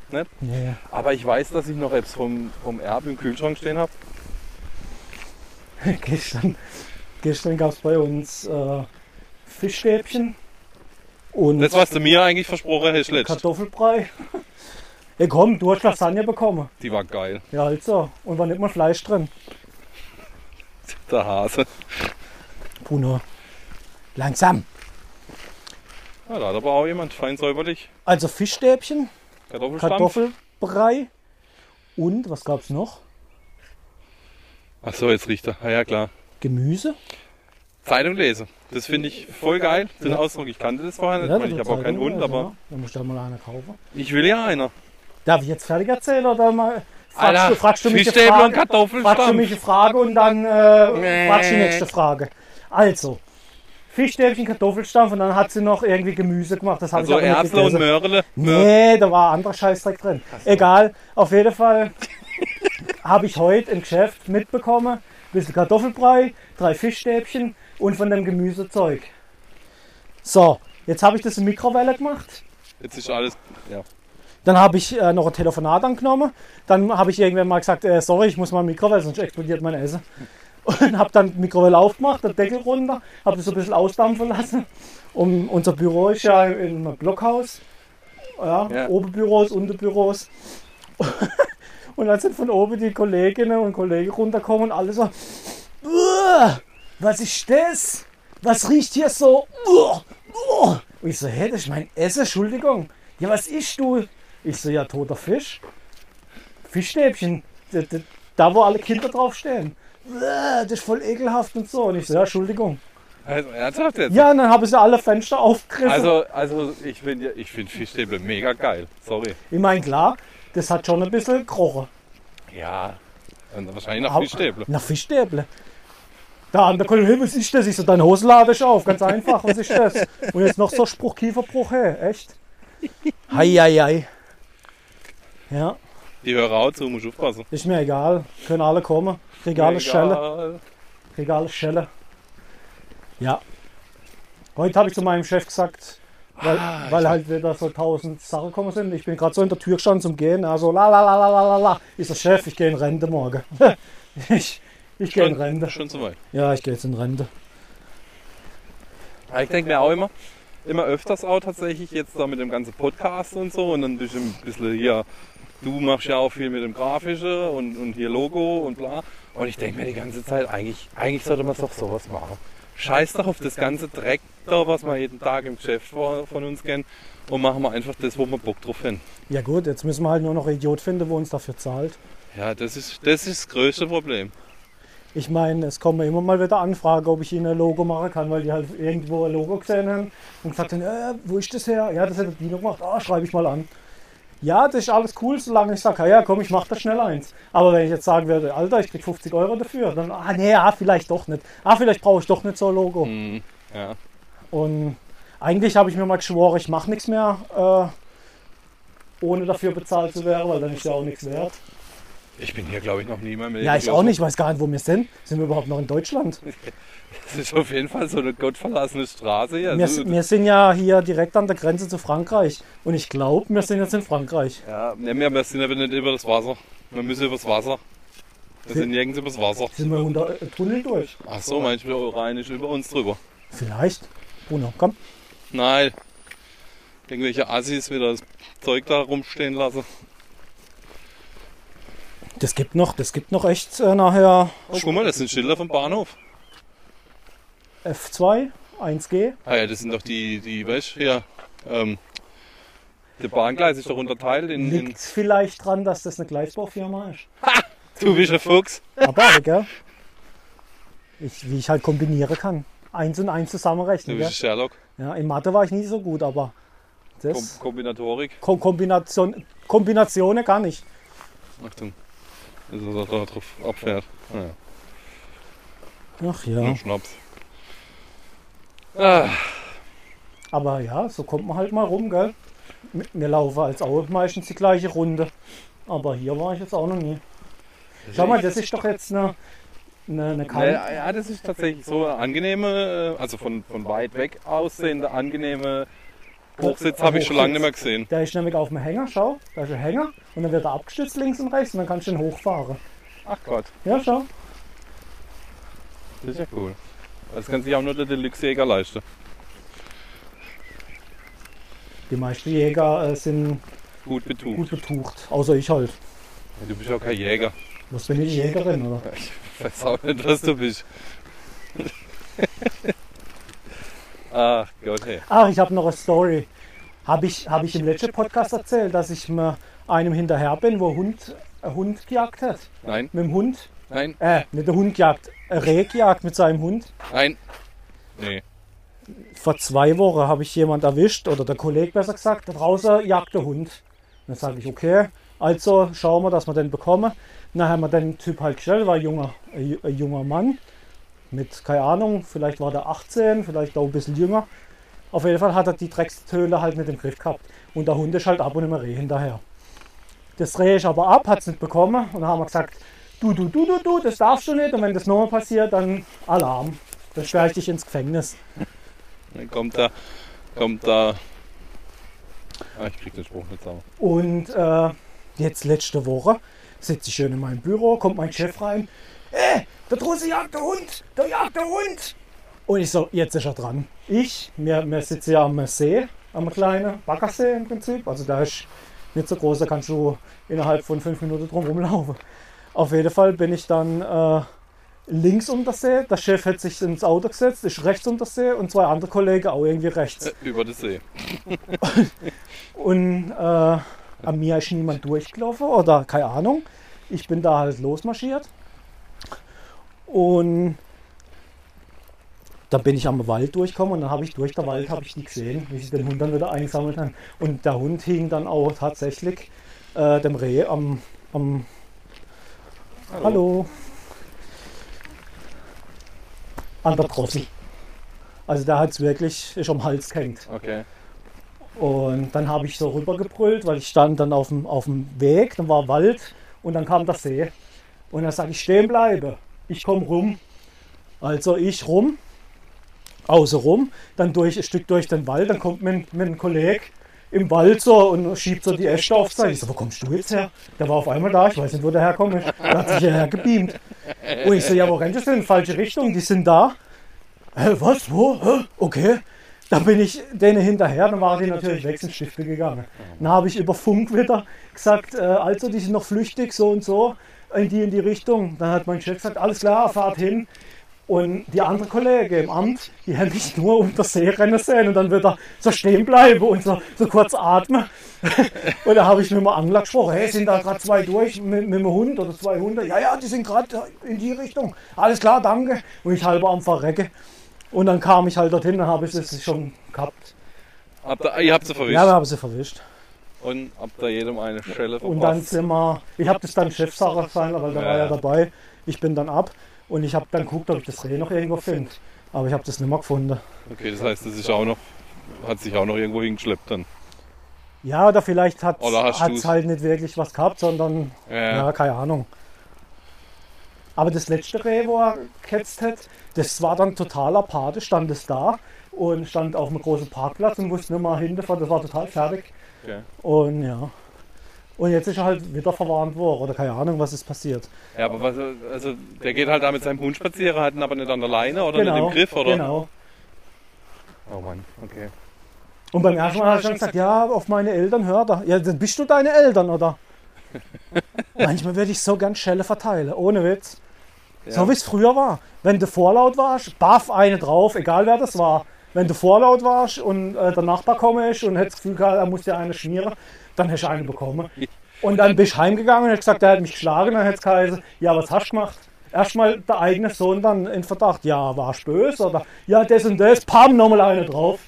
S1: Nicht?
S2: Nee.
S1: Aber ich weiß, dass ich noch Apps vom, vom Erb im Kühlschrank stehen habe.
S2: gestern gestern gab es bei uns äh, Fischstäbchen und
S1: Das, was du mir eigentlich versprochen hast, letzt.
S2: Kartoffelbrei. Ja komm, du hast Lasagne bekommen.
S1: Die war geil.
S2: Ja, also. Und war nicht mal Fleisch drin.
S1: Der Hase.
S2: Bruno, langsam.
S1: Ja, da hat aber auch jemand fein säuberlich.
S2: Also Fischstäbchen,
S1: Kartoffelstampf.
S2: Kartoffelbrei und, was gab's noch?
S1: Achso, jetzt riecht er. Ah, ja, klar.
S2: Gemüse.
S1: Zeitung lesen. Das finde ich voll geil, den Ausdruck. Ich kannte das vorher nicht. ich meine, ich
S2: das
S1: habe auch
S2: ist
S1: keinen
S2: Zeitung,
S1: Hund,
S2: also,
S1: aber
S2: ne? Da musst du halt mal einer kaufen.
S1: ich will ja einer.
S2: Darf ich jetzt fertig erzählen oder mal... Fragst du, fragst du mich eine
S1: Fischstäbel und
S2: Frage, fragst du
S1: Kartoffelstampf.
S2: mich eine Frage und dann äh,
S1: Nee.
S2: fragst du die nächste Frage. Also, Fischstäbchen, Kartoffelstampf und dann hat sie noch irgendwie Gemüse gemacht. Das habe
S1: Also
S2: ich aber nicht
S1: Erzle und
S2: gelesen.
S1: Mörle.
S2: Nee, da war ein anderer Scheißdreck drin. Egal, auf jeden Fall habe ich heute im Geschäft mitbekommen, ein bisschen Kartoffelbrei, drei Fischstäbchen und von dem Gemüsezeug. So, jetzt habe ich das in Mikrowelle gemacht.
S1: Jetzt ist alles. Ja.
S2: Dann habe ich äh, noch ein Telefonat angenommen. Dann habe ich irgendwann mal gesagt, äh, sorry, ich muss mal in die Mikrowelle, sonst explodiert mein Essen. Und habe dann die Mikrowelle aufgemacht, den Deckel runter, habe das so ein bisschen ausdampfen lassen. Und unser Büro ist ja in einem Blockhaus. Ja,
S1: Ja.
S2: Oberbüros, Unterbüros. und dann sind von oben die Kolleginnen und Kollegen runtergekommen und alle so, "Uah, was ist das? Was riecht hier so? Uah, uah." Und ich so, hä, das ist mein Essen, Entschuldigung. Ja, was ist du? Ich so, ja, toter Fisch. Fischstäbchen, da, da- da wo alle Kinder draufstehen. Uah, Das ist voll ekelhaft und so. Und ich so, ja, Entschuldigung.
S1: Also ernsthaft jetzt?
S2: Ja, und dann habe ich so alle Fenster aufgerissen.
S1: Also, also ich finde ja, ich find Fischstäbe mega geil. Sorry.
S2: ich meine, klar, das hat schon ein bisschen gekrochen.
S1: Ja. Und wahrscheinlich nach
S2: Au-
S1: Fischstäble.
S2: Nach Fischstäble. Der andere Kollege, was ist das? Ich so, dein Hosenlade ist auf, ganz einfach, was ist das? Und jetzt noch so Spruch, Kieferbruch, hey, echt? Hei, hei, hei. Ja,
S1: Die hören auch zu, muss aufpassen.
S2: ist mir egal, können alle kommen. Regale Schelle,
S1: Egal.
S2: Regale Schelle. Ja. Heute habe ich zu meinem Chef gesagt, weil, weil halt wieder so tausend Sachen kommen sind. Ich bin gerade so in der Tür gestanden zum Gehen, also la la la la la la la. Ist der Chef, ich gehe in Rente morgen. ich ich gehe in Rente.
S1: Schon, schon zu weit.
S2: Ja, ich gehe jetzt in Rente.
S1: Ja, ich denke mir auch immer, immer öfters auch tatsächlich jetzt da mit dem ganzen Podcast und so und dann bist du ein bisschen hier, du machst ja auch viel mit dem Grafischen und, und hier Logo und bla. Und ich denke mir die ganze Zeit, eigentlich, eigentlich sollte man doch sowas machen. Scheiß doch auf das ganze Dreck da, was wir jeden Tag im Geschäft vor- von uns kennen und machen wir einfach das, wo wir Bock drauf haben.
S2: Ja gut, jetzt müssen wir halt nur noch einen Idiot finden, wo uns dafür zahlt.
S1: Ja, das ist das, ist das größte Problem.
S2: Ich meine, es kommen immer mal wieder Anfragen, ob ich ihnen ein Logo machen kann, weil die halt irgendwo ein Logo gesehen haben und gesagt haben, äh, wo ist das her? Ja, das hat der Dino gemacht. Ah, schreibe ich mal an. Ja, das ist alles cool, solange ich sage, ja komm, ich mache da schnell eins. Aber wenn ich jetzt sagen würde, Alter, ich krieg 50 Euro dafür, dann, ah nee, ah, vielleicht doch nicht. Ah, vielleicht brauche ich doch nicht so ein Logo.
S1: Hm, ja.
S2: Und eigentlich habe ich mir mal geschworen, ich mache nichts mehr, äh, ohne dafür bezahlt zu werden, weil dann ist ja auch nichts wert.
S1: Ich bin hier, glaube ich, noch nie mal mit.
S2: Ja, ich auch nicht, weiß gar nicht, wo wir sind. Sind wir überhaupt noch in Deutschland?
S1: Das ist auf jeden Fall so eine gottverlassene Straße hier.
S2: Wir,
S1: Also,
S2: wir sind ja hier direkt an der Grenze zu Frankreich. Und ich glaube, wir sind jetzt in Frankreich.
S1: Ja, ne, wir wir sind aber nicht über das Wasser. Wir müssen übers Wasser. Wir sind nirgends übers Wasser.
S2: Sind wir unter äh, Tunnel durch?
S1: Ach so, meinst du, der Rhein ist über uns drüber?
S2: Vielleicht. Bruno, komm.
S1: Nein. Irgendwelche Assis wieder das Zeug da rumstehen lassen.
S2: Das gibt noch, das gibt noch echt äh, nachher
S1: Oh, guck mal, das sind Schilder vom Bahnhof.
S2: F2, 1G.
S1: Ah ja, das sind doch die, die, weißt du, hier, ähm, Der Bahngleis ist doch unterteilt in, in
S2: Liegt vielleicht dran, dass das eine Gleisbaufirma ist.
S1: Du bist ein Fuchs.
S2: Aber, gell? Ich, wie ich halt kombinieren kann. Eins und eins zusammenrechnen.
S1: Du
S2: Gell?
S1: bist ein Sherlock.
S2: Ja, in Mathe war ich nie so gut, aber
S1: Kom
S2: das
S1: Kombinatorik.
S2: Ko Kombination, Kombinationen kann ich.
S1: Achtung. Also, Dass er da drauf abfährt. Naja,
S2: Ach
S1: nur
S2: ja.
S1: Schnaps. Ah,
S2: Aber ja, so kommt man halt mal rum, gell? M- Wir laufen als auch meistens die gleiche Runde. Aber hier war ich jetzt auch noch nie. Schau mal, das ist doch jetzt eine, eine, eine
S1: ne,
S2: Karte.
S1: ja, das ist tatsächlich so eine angenehme, äh, also von, von weit weg aussehende, angenehme Hochsitz habe ich schon lange nicht mehr gesehen.
S2: Der ist nämlich auf dem Hänger, schau. Da ist ein Hänger und dann wird er abgestützt links und rechts und dann kannst du ihn hochfahren.
S1: Ach Gott,
S2: Ja, schau.
S1: das ist ja cool. Das kann sich auch nur der Deluxe-Jäger leisten.
S2: Die meisten Jäger äh, sind
S1: Gut betucht.
S2: gut betucht, außer ich halt.
S1: Du bist ja auch kein Jäger.
S2: Was bin ich Jägerin, oder?
S1: Ich weiß auch nicht, was du bist. Ach Gott, hey.
S2: Ach, Ah, ich habe noch eine Story. Habe ich, hab ich im letzten Podcast erzählt, dass ich mir einem hinterher bin, wo ein Hund, ein Hund gejagt hat.
S1: Nein,
S2: Mit dem Hund.
S1: nein,
S2: Äh, nicht der Hund gejagt. Ein Reh gejagt mit seinem Hund.
S1: nein. Nee.
S2: Vor zwei Wochen habe ich jemand erwischt, oder der Kollege besser gesagt, da draußen jagt der Hund. Dann sage ich, okay, also schauen wir, dass wir den bekommen. Dann haben wir den Typ halt gestellt, war ein junger, ein ju- ein junger Mann. Mit, keine Ahnung, vielleicht war der 18, vielleicht auch ein bisschen jünger. Auf jeden Fall hat er die Dreckstöhle halt mit dem Griff gehabt. Und der Hund ist halt ab und immer Reh hinterher. Das Reh ist aber ab, hat es nicht bekommen. Und dann haben wir gesagt, du, du, du, du, du, das darfst du nicht. Und wenn das nochmal passiert, dann Alarm. Dann sperre ich dich ins Gefängnis.
S1: Dann kommt da, kommt da. Ah, ich krieg den Spruch nicht sauber.
S2: Und äh, jetzt letzte Woche sitze ich schön in meinem Büro, kommt mein Chef rein. Äh, da draußen jagt der Hund! Da jagt der Hund! Und ich so, jetzt ist er dran. Ich, wir, wir sitzen ja am See, am kleinen Baggersee im Prinzip. Also da ist nicht so groß, da kannst du innerhalb von fünf Minuten drum rumlaufen. Auf jeden Fall bin ich dann äh, links um das See. Der Chef hat sich ins Auto gesetzt, ich rechts um das See und zwei andere Kollegen auch irgendwie rechts.
S1: Über das See.
S2: Und äh, an mir ist niemand durchgelaufen oder keine Ahnung. Ich bin da halt losmarschiert. Und dann bin ich am Wald durchgekommen und dann habe ich durch den Wald habe ich die gesehen, wie sie den Hund dann wieder eingesammelt haben. Und der Hund hing dann auch tatsächlich äh, dem Reh am, am Hallo. An der Trossel. Also der hat es wirklich ist am Hals gehängt.
S1: Okay.
S2: Und dann habe ich so rübergebrüllt, weil ich stand dann auf dem, auf dem Weg, dann war Wald und dann kam der See. Und dann sage ich, stehen bleibe, ich komme rum. Also ich rum, außer rum, dann durch, ein Stück durch den Wald, dann kommt mein, mein Kollege im Wald so und schiebt so die Äste auf sich. Ich so, wo kommst du jetzt her? Der war auf einmal da, ich weiß nicht, wo der herkommt. Der hat sich hierher gebeamt. Und ich so, ja, wo rennt das denn? Falsche Richtung, die sind da. Hä, was? Wo? Hä? Okay. Dann bin ich denen hinterher, dann waren die natürlich weg, sind Stifte gegangen. Dann habe ich über Funk wieder gesagt, äh, also die sind noch flüchtig, so und so, in die in die Richtung. Dann hat mein Chef gesagt, alles klar, fahrt hin. Und die andere Kollege im Amt, die haben mich nur um das See rennen sehen und dann wird er so stehen bleiben und so, so kurz atmen. und da habe ich mit dem Angler gesprochen, hey, sind da gerade zwei durch mit, mit dem Hund oder zwei Hunde? Ja, ja, die sind gerade in die Richtung. Alles klar, danke. Und ich halber am Verrecken. Und dann kam ich halt dorthin, dann habe ich es schon gehabt.
S1: Habt ihr, ihr habt sie verwischt.
S2: Ja, wir haben sie verwischt.
S1: Und habt da jedem eine Schelle verpasst.
S2: Und dann sind wir, ich habe das dann Chefsache sein, weil da
S1: Ja, ja.
S2: war ja dabei. Ich bin dann ab und ich habe dann geguckt, ob ich das Reh noch irgendwo finde. Aber ich habe das nicht mehr gefunden.
S1: Okay, das heißt, das ist auch noch, hat sich auch noch irgendwo hingeschleppt dann.
S2: Ja, oder vielleicht hat
S1: Oder hast du's?
S2: es halt nicht wirklich was gehabt, sondern, ja.
S1: Ja.
S2: keine Ahnung. Aber das letzte Reh, wo er gehetzt hat, das war dann total apathisch, stand es da und stand auf einem großen Parkplatz und wusste nicht mal hinfahren, das war total fertig.
S1: Okay.
S2: Und ja. Und jetzt ist er halt wieder verwarnt worden oder keine Ahnung, was ist passiert.
S1: ja, aber was, also der geht halt da mit seinem Hund spazieren, hat ihn aber nicht an der Leine oder
S2: genau.
S1: nicht im Griff, oder?
S2: Genau.
S1: Oh Mann, okay.
S2: Und beim ersten Mal hat er schon gesagt, ja, auf meine Eltern hört er. Ja, dann bist du deine Eltern, oder? Manchmal würde ich so gern Schelle verteilen, ohne Witz.
S1: Ja.
S2: So wie es früher war. Wenn du vorlaut warst, baff eine drauf, egal wer das war. Wenn du vorlaut warst und äh, der Nachbar komme ist und hättest das Gefühl gehabt, er muss dir eine schmieren, dann hättest du eine bekommen. Und dann bist du heimgegangen und hättest gesagt, er hat mich geschlagen, dann hättest du gesagt, ja, was hast du gemacht? Erstmal der eigene Sohn dann in Verdacht, ja, warst du böse oder ja, das und das, pam, nochmal eine drauf.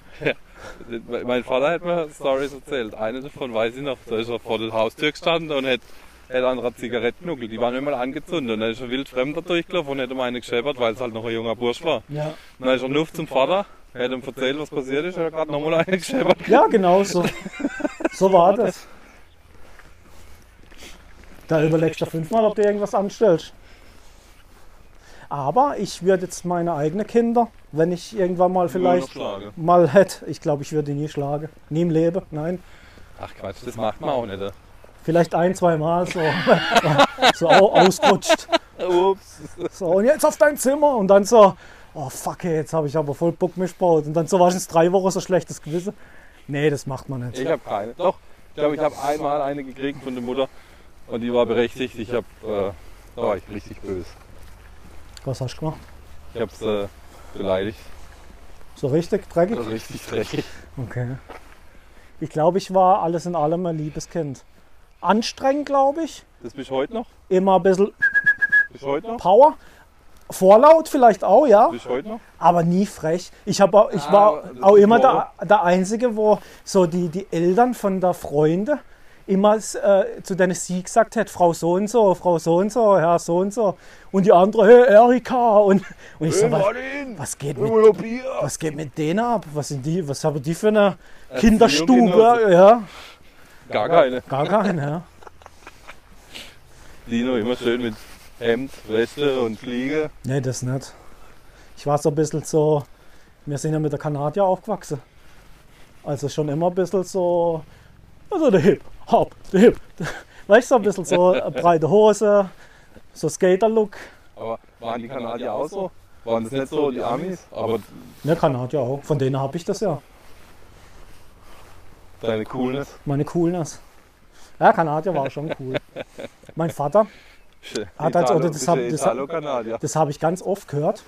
S1: Mein Vater hat mir Stories erzählt. Eine davon weiß ich noch. Da ist er vor der Haustür gestanden und hat, hat an einer Zigarettennuckel. Die waren immer angezündet. Und dann ist ein wildfremder durchgelaufen und hat ihm eine gescheppert, weil es halt noch ein junger Bursch war.
S2: Ja,
S1: Und dann ist er nur zum Vater, hat ihm erzählt, was passiert ist, und hat gerade nochmal eine gescheppert.
S2: ja genau so. So war das. Da überlegst du fünfmal, ob du irgendwas anstellst. Aber ich würde jetzt meine eigenen Kinder, wenn ich irgendwann mal vielleicht
S1: schlagen.
S2: mal hätte, ich glaube, ich würde die nie schlagen. Nie im Leben, nein.
S1: Ach Quatsch, das macht man auch nicht.
S2: Vielleicht ein, zwei Mal so, so au- ausgerutscht.
S1: Äh, Ups.
S2: So, und jetzt auf dein Zimmer. Und dann so, oh fuck, ey, jetzt habe ich aber voll Bock missbaut. Und dann so wahrscheinlich drei Wochen so schlechtes Gewissen. Nee, das macht man nicht.
S1: Ich habe keine. Doch, ich glaube, ich habe einmal eine gekriegt von der Mutter und die war berechtigt. Ich habe, äh, da war ich richtig böse.
S2: Was hast du gemacht?
S1: Ich habe sie äh, beleidigt.
S2: So richtig dreckig?
S1: Richtig dreckig.
S2: Okay. Ich glaube, ich war alles in allem ein liebes Kind. Anstrengend, glaube ich.
S1: Das bist du heute noch?
S2: Immer ein bisschen
S1: Bist du heute noch?
S2: Power. Vorlaut vielleicht auch, ja.
S1: Bist du heute noch?
S2: aber nie frech. Ich, hab, auch- ich
S1: Ah,
S2: war
S1: das ist
S2: auch immer der,
S1: wahr.
S2: der Einzige, wo so die, die Eltern von der Freunde immer äh, zu denen sie gesagt hat, Frau so und so, Frau so und so, Herr so und so. Und die andere, hey, Erika. Und, und ich so, was, was, geht mit, was geht mit denen ab? Was sind die, was haben die für eine Kinderstube? Ja,
S1: Gar keine.
S2: gar keine. Ja.
S1: Dino immer schön mit Hemd, Weste und Fliege.
S2: Nee, das nicht. Ich war so ein bisschen so, wir sind ja mit der Kanadier aufgewachsen. Also schon immer ein bisschen so, also der Hip, Hop, der Hip. Weißt du, so ein bisschen so äh, breite Hose, so Skater-Look.
S1: Aber waren die Kanadier auch so? Waren das nicht so, die Amis? Aber
S2: Ne, Kanadier auch. Von denen habe ich das ja.
S1: deine Coolness.
S2: Meine Coolness. Ja, Kanadier war schon cool. Mein Vater, Ah, das- oder das hab- das hab-
S1: Italo-Kanadier.
S2: das habe ich ganz oft gehört,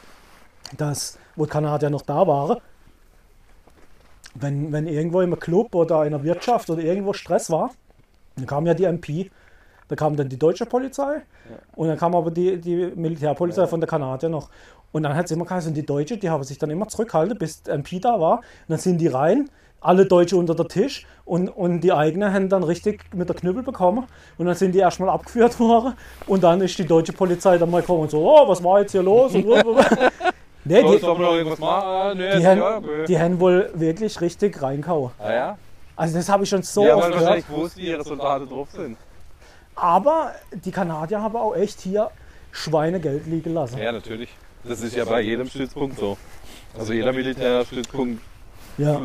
S2: dass, wo die Kanadier noch da waren, wenn, wenn irgendwo im Club oder in der Wirtschaft oder irgendwo Stress war, dann kam ja die MP, da kam dann die deutsche Polizei und dann kam aber die, die Militärpolizei von der Kanadier noch. Und dann hat es immer geheißen, die Deutsche, die haben sich dann immer zurückgehalten, bis die MP da war. Und dann sind die rein, alle Deutsche unter der Tisch und, und die eigenen haben dann richtig mit der Knüppel bekommen. Und dann sind die erstmal abgeführt worden. Und dann ist die deutsche Polizei dann mal gekommen und so, oh, was war jetzt hier los? Und nee,
S1: Sollst
S2: die,
S1: du aber noch irgendwas machen? Ah, nee,
S2: die,
S1: ist ja,
S2: haben,
S1: okay.
S2: die haben wohl wirklich richtig reingehauen.
S1: Ah, ja?
S2: Also das habe ich schon so
S1: Die haben
S2: oft
S1: halt
S2: gehört.
S1: wahrscheinlich gewusst, wie ihre Soldaten drauf sind.
S2: Aber die Kanadier haben auch echt hier Schweinegeld liegen lassen.
S1: Ja, natürlich. Das ist ja bei jedem Stützpunkt so. Also jeder Militärstützpunkt
S2: Ja.
S1: äh,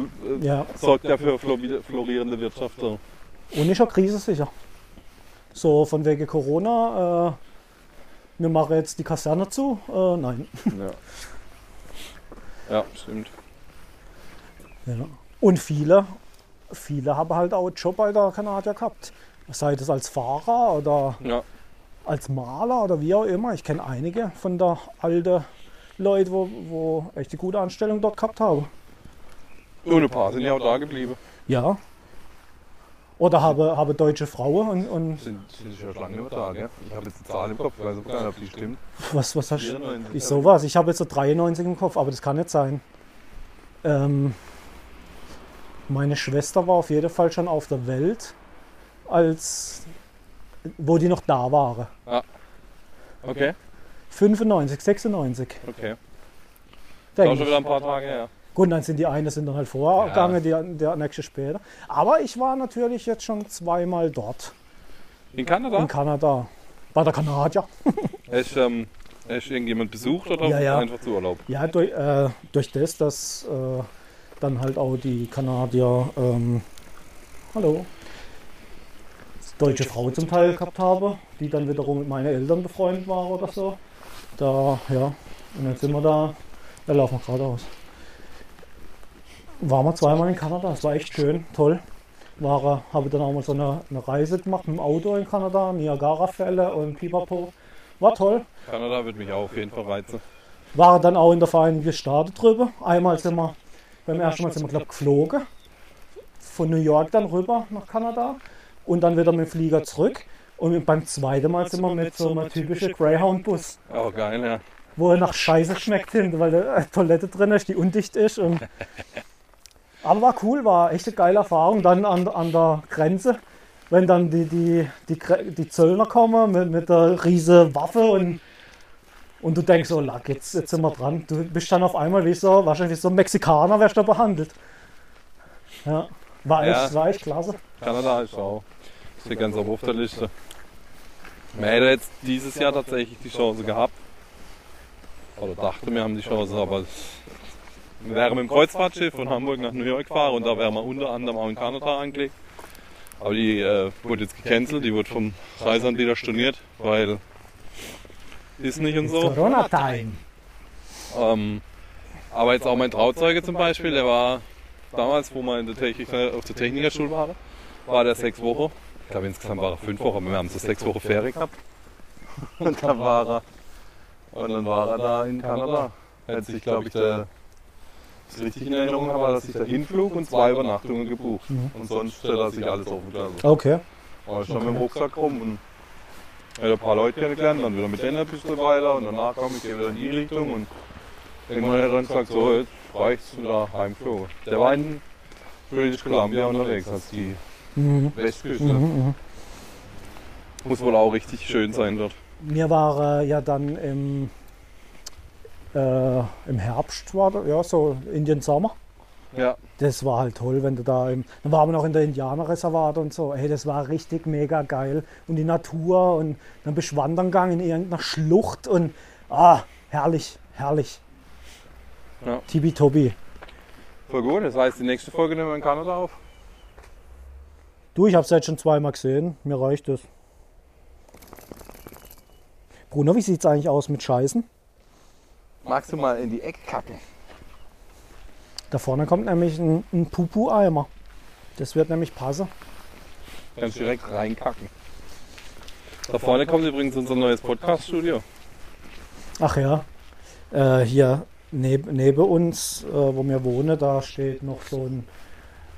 S2: ja.
S1: sorgt dafür florierende Wirtschaft. So.
S2: Und ist auch krisensicher. So, von wegen Corona, äh, wir machen jetzt die Kaserne zu. Äh, nein.
S1: Ja. ja, stimmt.
S2: Ja. Und viele, viele haben halt auch einen Job bei der Kanadier gehabt. Sei das als Fahrer oder
S1: Ja.
S2: als Maler oder wie auch immer. Ich kenne einige von der alten Leute, wo, wo echt eine gute Anstellung dort gehabt haben.
S1: Ohne Paar sind ja auch da geblieben.
S2: Ja. Oder habe, habe deutsche Frauen und, und
S1: Sind, sind schon lange nicht mehr da, gell? Ich habe jetzt eine Zahl im Kopf, ich weiß auch gar nicht, ob die stimmt.
S2: Was, was hast du?
S1: 94.
S2: Ich sowas. Ich habe jetzt so 93 im Kopf, aber das kann nicht sein. Ähm, meine Schwester war auf jeden Fall schon auf der Welt, als wo die noch da waren.
S1: Okay,
S2: 95, 96,
S1: okay. Ist auch
S2: denke
S1: schon
S2: ich.
S1: wieder ein paar Tage her.
S2: Gut, dann sind die eine sind dann halt vorgegangen, die, der nächste später. Aber ich war natürlich jetzt schon zweimal dort
S1: In
S2: in
S1: Kanada?
S2: Kanada. Bei der Kanadier.
S1: Hast du ähm, hast du irgendjemand besucht oder
S2: Ja, ja.
S1: einfach zu Urlaub?
S2: Ja, durch, äh, durch das, dass äh, dann halt auch die Kanadier, ähm, hallo, deutsche Frau zum Teil gehabt habe, die dann wiederum mit meinen Eltern befreundet war oder so. Da, ja, und dann sind wir da, da laufen wir geradeaus. Waren wir zweimal in Kanada, das war echt schön, toll. War, äh, habe dann auch mal so eine, eine Reise gemacht mit dem Auto in Kanada, Niagara-Fälle und Pipapo. War toll.
S1: Kanada wird mich auch auf jeden Fall reizen.
S2: Waren dann auch in der Vereinigten Staaten drüber. Einmal sind wir, Beim ersten Mal sind wir, glaube ich, geflogen. Von New York dann rüber nach Kanada und dann wieder mit dem Flieger zurück. Und beim zweiten Mal sind wir mit so einem typischen Greyhound-Bus,
S1: Oh, geil, ja.
S2: wo er nach Scheiße schmeckt hinten, weil da eine Toilette drin ist, die undicht ist. Und Aber war cool, war echt eine geile Erfahrung. Dann an, an der Grenze, wenn dann die, die, die, Gre- die Zöllner kommen mit, mit der riesen Waffe und, und du denkst, oh lack, jetzt, jetzt sind wir dran. Du bist dann auf einmal wie so, wahrscheinlich wie so ein Mexikaner, wirst du da behandelt. Ja, war echt,
S1: Ja.
S2: war echt klasse.
S1: Kanada ist auch. Steht ganz oben auf der Liste. Wir hätten jetzt dieses Jahr tatsächlich die Chance gehabt. Oder dachte, wir haben die Chance, aber wir wären mit dem Kreuzfahrtschiff von Hamburg nach New York gefahren und da wären wir unter anderem auch in Kanada angelegt. Aber die äh, wurde jetzt gecancelt, die wurde vom Reiseanbieter storniert, weil Disney und so.
S2: Corona-Time.
S1: Ähm, aber jetzt auch mein Trauzeuge zum Beispiel, der war damals, wo wir in der Technik, auf der Technikerschule waren, war der sechs Wochen. Ich glaube insgesamt war er fünf Wochen, aber wir haben so sechs Wochen Ferien gehabt. Und dann war er, und dann war er da in Kanada. Als ich glaube ich, der, was ich richtig in Erinnerung habe, war, dass ich da hinflog und zwei Übernachtungen gebucht. Und sonst stellt er sich alles offen. Also,
S2: Okay.
S1: war ich schon mit dem Rucksack rum und hätte ein paar Leute kennengelernt, dann wieder mit denen ein bisschen weiter und danach kam ich wieder in die Richtung und irgendwann hat er dann gesagt, so jetzt reicht's und da heimflogen. Der war in British Columbia unterwegs, als die
S2: Mhm.
S1: Westküste.
S2: Mhm,
S1: Muss wohl auch richtig schön sein dort.
S2: mhm. Mir war äh, ja dann im, äh, im Herbst, war, da- ja, so Indian Sommer.
S1: Ja,
S2: Das war halt toll, wenn du da im. Dann waren wir noch in der Indianerreservat und so. Ey, das war richtig mega geil. Und die Natur und dann bist du wandern gegangen in irgendeiner Schlucht und. Ah, herrlich, herrlich.
S1: Ja.
S2: Tibi Tobi.
S1: voll gut. Das heißt, die nächste Folge nehmen wir in Kanada auf.
S2: Du, ich hab's jetzt schon zweimal gesehen. Mir reicht es. Bruno, wie sieht's eigentlich aus mit Scheißen?
S1: Magst du mal in die Ecke kacken?
S2: Da vorne kommt nämlich ein, ein Pupu-Eimer. Das wird nämlich passen.
S1: Kannst direkt reinkacken. Da vorne kommt übrigens unser neues Podcast-Studio.
S2: Ach ja, äh, hier neb, neben uns, äh, wo wir wohnen, da steht noch so ein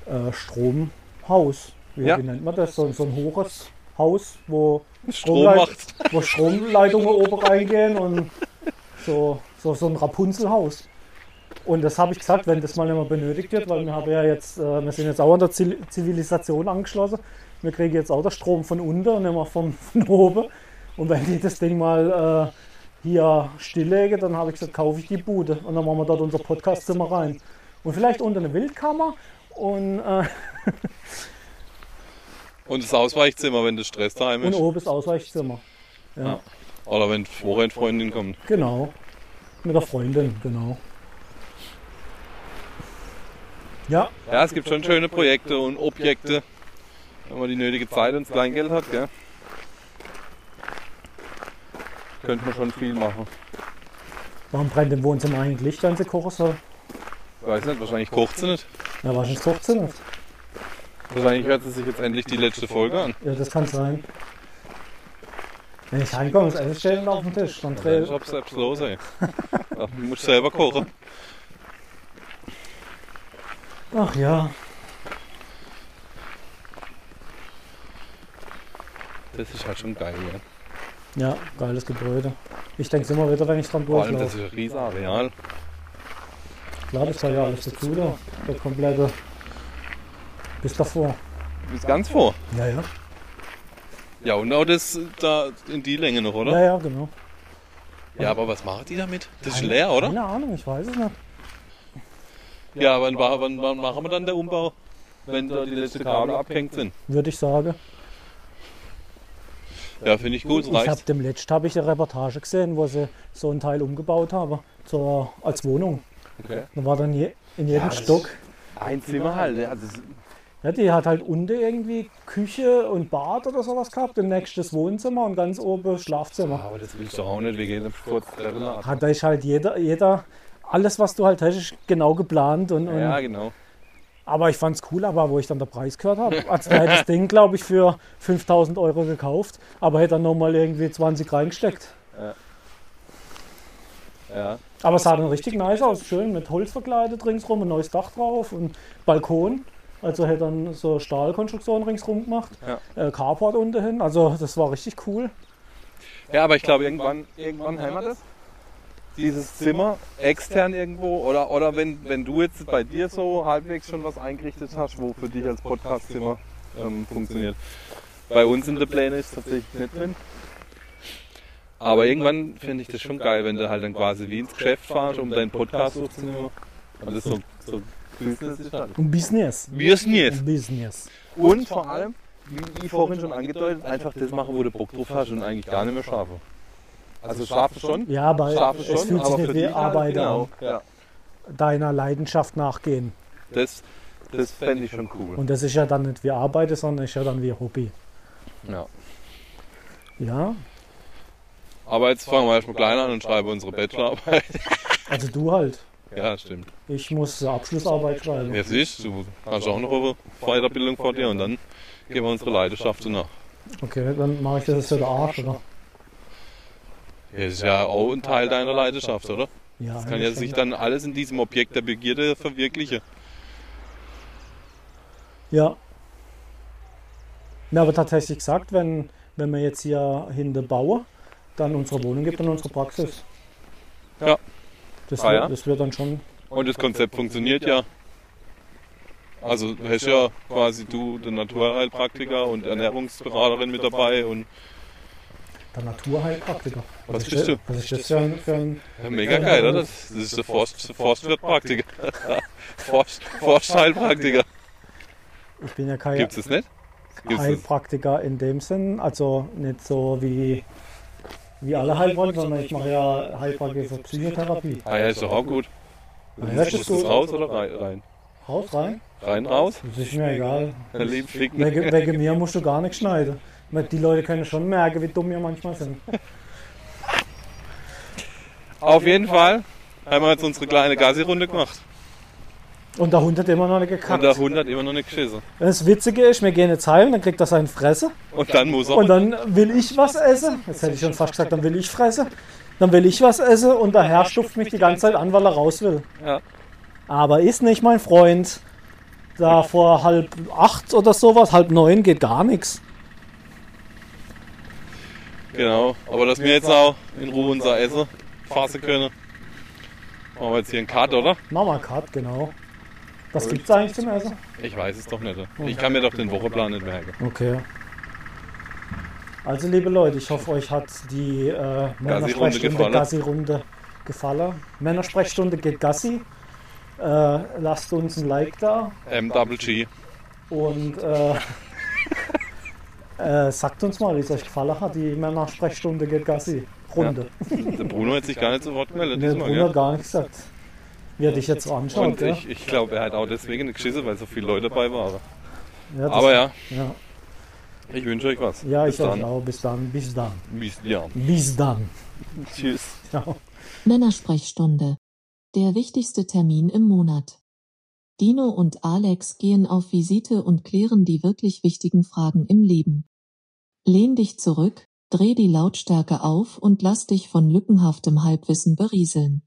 S2: äh, Stromhaus. Wie,
S1: Ja.
S2: wie nennt man das? So, ein- so ein hohes Haus, wo,
S1: Strom
S2: Stromleit-
S1: macht.
S2: wo Stromleitungen oben reingehen und so, so, so ein Rapunzelhaus. Und das habe ich gesagt, wenn das mal nicht mehr benötigt wird, weil wir, haben ja jetzt, äh, wir sind jetzt auch an der Zil- Zivilisation angeschlossen. Wir kriegen jetzt auch den Strom von unten und nicht mehr von, von oben. Und wenn die das Ding mal äh, hier stilllege, dann habe ich gesagt, kaufe ich die Bude und dann machen wir dort unser Podcastzimmer rein. Und vielleicht unter eine Wildkammer und, äh,
S1: Und das Ausweichzimmer, wenn du Stress daheim
S2: und
S1: ist.
S2: oben das Ausweichzimmer. Ja,
S1: Ja. Oder wenn Florian Freundin kommt.
S2: genau. Mit der Freundin, genau. Ja,
S1: Ja, es gibt schon schöne Projekte und Objekte, wenn man die nötige Zeit und das Kleingeld hat, gell? Könnte man schon viel machen.
S2: warum brennt im Wohnzimmer eigentlich Licht, wenn sie kochen soll?
S1: Ich weiß nicht, wahrscheinlich kocht sie nicht.
S2: Na, wahrscheinlich kocht sie nicht.
S1: Wahrscheinlich hört sie sich jetzt endlich die letzte Folge an.
S2: Ja, das kann sein. Wenn ich heimkomme, ist alles stellen auf den Tisch. Dann
S1: Ich
S2: drehe
S1: hab's selbst los, ey. Ja, Du musst selber kochen.
S2: Ach ja,
S1: Das ist halt schon geil, ja.
S2: ja, geiles Gebäude. Ich denke immer wieder, wenn ich dran
S1: Vor allem, das
S2: durchlaufe.
S1: ist ein riesen Areal.
S2: Klar, das war ja alles dazu da. Der komplette. Bis davor.
S1: Ist ganz vor.
S2: Ja, ja.
S1: Ja, und auch das da in die Länge noch,
S2: Ja,
S1: oder?
S2: ja, genau.
S1: Ja, aber was machen die damit? Das ist leer, oder?
S2: Keine Ahnung, ich weiß es nicht.
S1: Ja, wann, wa- wann, wann machen wir dann den Umbau? Wenn da die letzten Kabel abgehängt sind.
S2: Würde ich sagen.
S1: Ja, finde ich gut, es
S2: Ich habe
S1: reicht.
S2: dem letzten habe ich eine Reportage gesehen, wo sie so einen Teil umgebaut haben. Zur, als Wohnung.
S1: Okay.
S2: Da war dann je, in jedem Stock.
S1: Ein Zimmer halt, also
S2: Ja, die hat halt unten irgendwie Küche und Bad oder sowas gehabt. Im nächsten das Wohnzimmer und ganz oben Schlafzimmer.
S1: aber das willst du auch nicht, wir gehen dann kurz Telefonat.
S2: Ah, Da ist halt jeder, jeder, alles was du halt hast, ist genau geplant und, und
S1: Ja, genau.
S2: Aber ich fand's cool, aber wo ich dann den Preis gehört habe, als wäre das Ding, glaube ich, für 5000 Euro gekauft, aber hätte dann nochmal irgendwie 20 reingesteckt.
S1: Ja.
S2: Aber es sah dann richtig nice aus. Schön mit Holz verkleidet ringsrum, ein neues Dach drauf und Balkon. Also hätte dann so Stahlkonstruktion ringsrum gemacht. Äh, Carport unten hin. Also das war richtig cool.
S1: ja, aber ich glaube, irgendwann, irgendwann hämmert es. Dieses Zimmer extern irgendwo oder, oder wenn, wenn du jetzt bei dir so halbwegs schon was eingerichtet hast, wo für dich als Podcastzimmer ähm, funktioniert. Bei uns in der Pläne ist es tatsächlich nicht drin. Aber irgendwann finde ich das schon geil, wenn du halt dann quasi wie ins Geschäft fahrst, um deinen Podcast aufzunehmen. Und das so, so Business ist dann.
S2: Ein Business.
S1: Wir sind jetzt.
S2: Ein Business.
S1: Und vor allem, wie ich vorhin schon angedeutet, einfach das machen, wo du Bock drauf hast und eigentlich gar nicht mehr scharfe. Also scharfe schon,
S2: Ja, aber
S1: scharfe
S2: es
S1: schon,
S2: fühlt sich
S1: aber
S2: nicht
S1: für
S2: wie
S1: die genau. halt,
S2: Arbeit
S1: genau.
S2: an.
S1: Ja.
S2: Deiner Leidenschaft nachgehen.
S1: Das, das fände ich schon cool.
S2: Und das ist ja dann nicht wie Arbeit, sondern ist ja dann wie Hobby.
S1: Ja.
S2: Ja,
S1: Aber jetzt fangen wir erstmal klein an und schreiben unsere Bachelorarbeit.
S2: also du halt.
S1: Ja, stimmt.
S2: Ich muss eine Abschlussarbeit schreiben.
S1: Jetzt ist, du hast auch noch eine Weiterbildung vor dir und dann gehen wir unsere Leidenschaft so nach.
S2: Okay, dann mache ich das jetzt für den Arsch, oder?
S1: Das ist ja auch ein Teil deiner Leidenschaft, oder?
S2: Ja,
S1: Das kann ja sich dann alles in diesem Objekt der Begierde verwirklichen.
S2: Ja. Na, aber tatsächlich gesagt, wenn, wenn wir jetzt hier hinten bauen, dann unsere Wohnung gibt dann unsere Praxis.
S1: Ja.
S2: Das,
S1: Ah, ja?
S2: wird, das wird dann schon.
S1: Und das Konzept funktioniert ja. Also du hast ja quasi du, der Naturheilpraktiker und Ernährungsberaterin mit dabei und
S2: Der Naturheilpraktiker.
S1: Was
S2: ist
S1: bist
S2: das-
S1: du?
S2: Was ist das für ein. Für ein
S1: ja, mega geil, oder? Das, das ist der Forst, Forstwirtpraktiker. Forst, Forstheilpraktiker.
S2: ich bin ja kein
S1: Gibt's das nicht? Gibt's das?
S2: Heilpraktiker in dem Sinn, also nicht so wie, wie alle Heilpraktiker, sondern ich mache ja Heilpraktiker für Psychotherapie.
S1: Ah ja, ist doch auch gut.
S2: Ja,
S1: Muss
S2: das
S1: das
S2: ist gut.
S1: raus oder rein? Rein,
S2: Haus rein?
S1: rein raus?
S2: Das ist mir egal.
S1: Lieb ficken.
S2: Wegen, wegen mir musst du gar nicht schneiden. Man- Die Leute können schon merken, wie dumm wir manchmal sind.
S1: Auf jeden Fall haben wir jetzt unsere kleine Gassi-Runde gemacht.
S2: Und der Hund hat immer noch nicht
S1: Und der
S2: gekackt.
S1: 100 immer noch nicht geschissen.
S2: Das Witzige ist, wir gehen jetzt heim, dann kriegt er seinen Fresse.
S1: Und dann muss er.
S2: Und dann will ich was essen. Jetzt hätte ich schon fast gesagt, dann will ich fressen. Dann will ich was essen und der Herr stuft mich die ganze Zeit an, weil er raus will.
S1: Ja.
S2: Aber ist nicht mein Freund. Da vor halb acht oder sowas, halb neun geht gar nichts.
S1: Genau, aber dass wir jetzt auch in Ruhe unser Essen fassen können. Machen wir jetzt hier einen Cut, oder?
S2: Mama Cut, genau. Was gibt's eigentlich zum Essen?
S1: Ich weiß es doch nicht. Ich kann mir doch den Wochenplan nicht merken.
S2: Okay. Also liebe Leute, ich hoffe, euch hat die äh, Männersprechstunde
S1: gefallen. ne?
S2: Gassi-Runde gefallen. Männersprechstunde geht Gassi. Äh, lasst uns ein Like da
S1: Ähm, MWG.
S2: und äh, äh, sagt uns mal, wie es euch gefallen hat. Die Männersprechstunde geht Gassi. Runde.
S1: Der Bruno hat sich gar nicht zu Wort gemeldet
S2: Mir hat
S1: diesmal,
S2: Bruno
S1: gell?
S2: gar nichts gesagt. Wie er dich jetzt so anschaut.
S1: Und
S2: Ja?
S1: ich, ich glaube, er hat auch deswegen nicht geschissen, weil so viele Leute dabei waren.
S2: Ja, das-
S1: Aber ja,
S2: ja.
S1: ich wünsche euch was.
S2: Ja, ich
S1: Bis
S2: euch
S1: dann.
S2: auch. Bis dann, bis dann.
S1: Bis dann.
S2: Bis dann.
S1: Tschüss.
S2: Ciao.
S3: Männersprechstunde. Der wichtigste Termin im Monat. Dino und Alex gehen auf Visite und klären die wirklich wichtigen Fragen im Leben. Lehn dich zurück, dreh die Lautstärke auf und lass dich von lückenhaftem Halbwissen berieseln.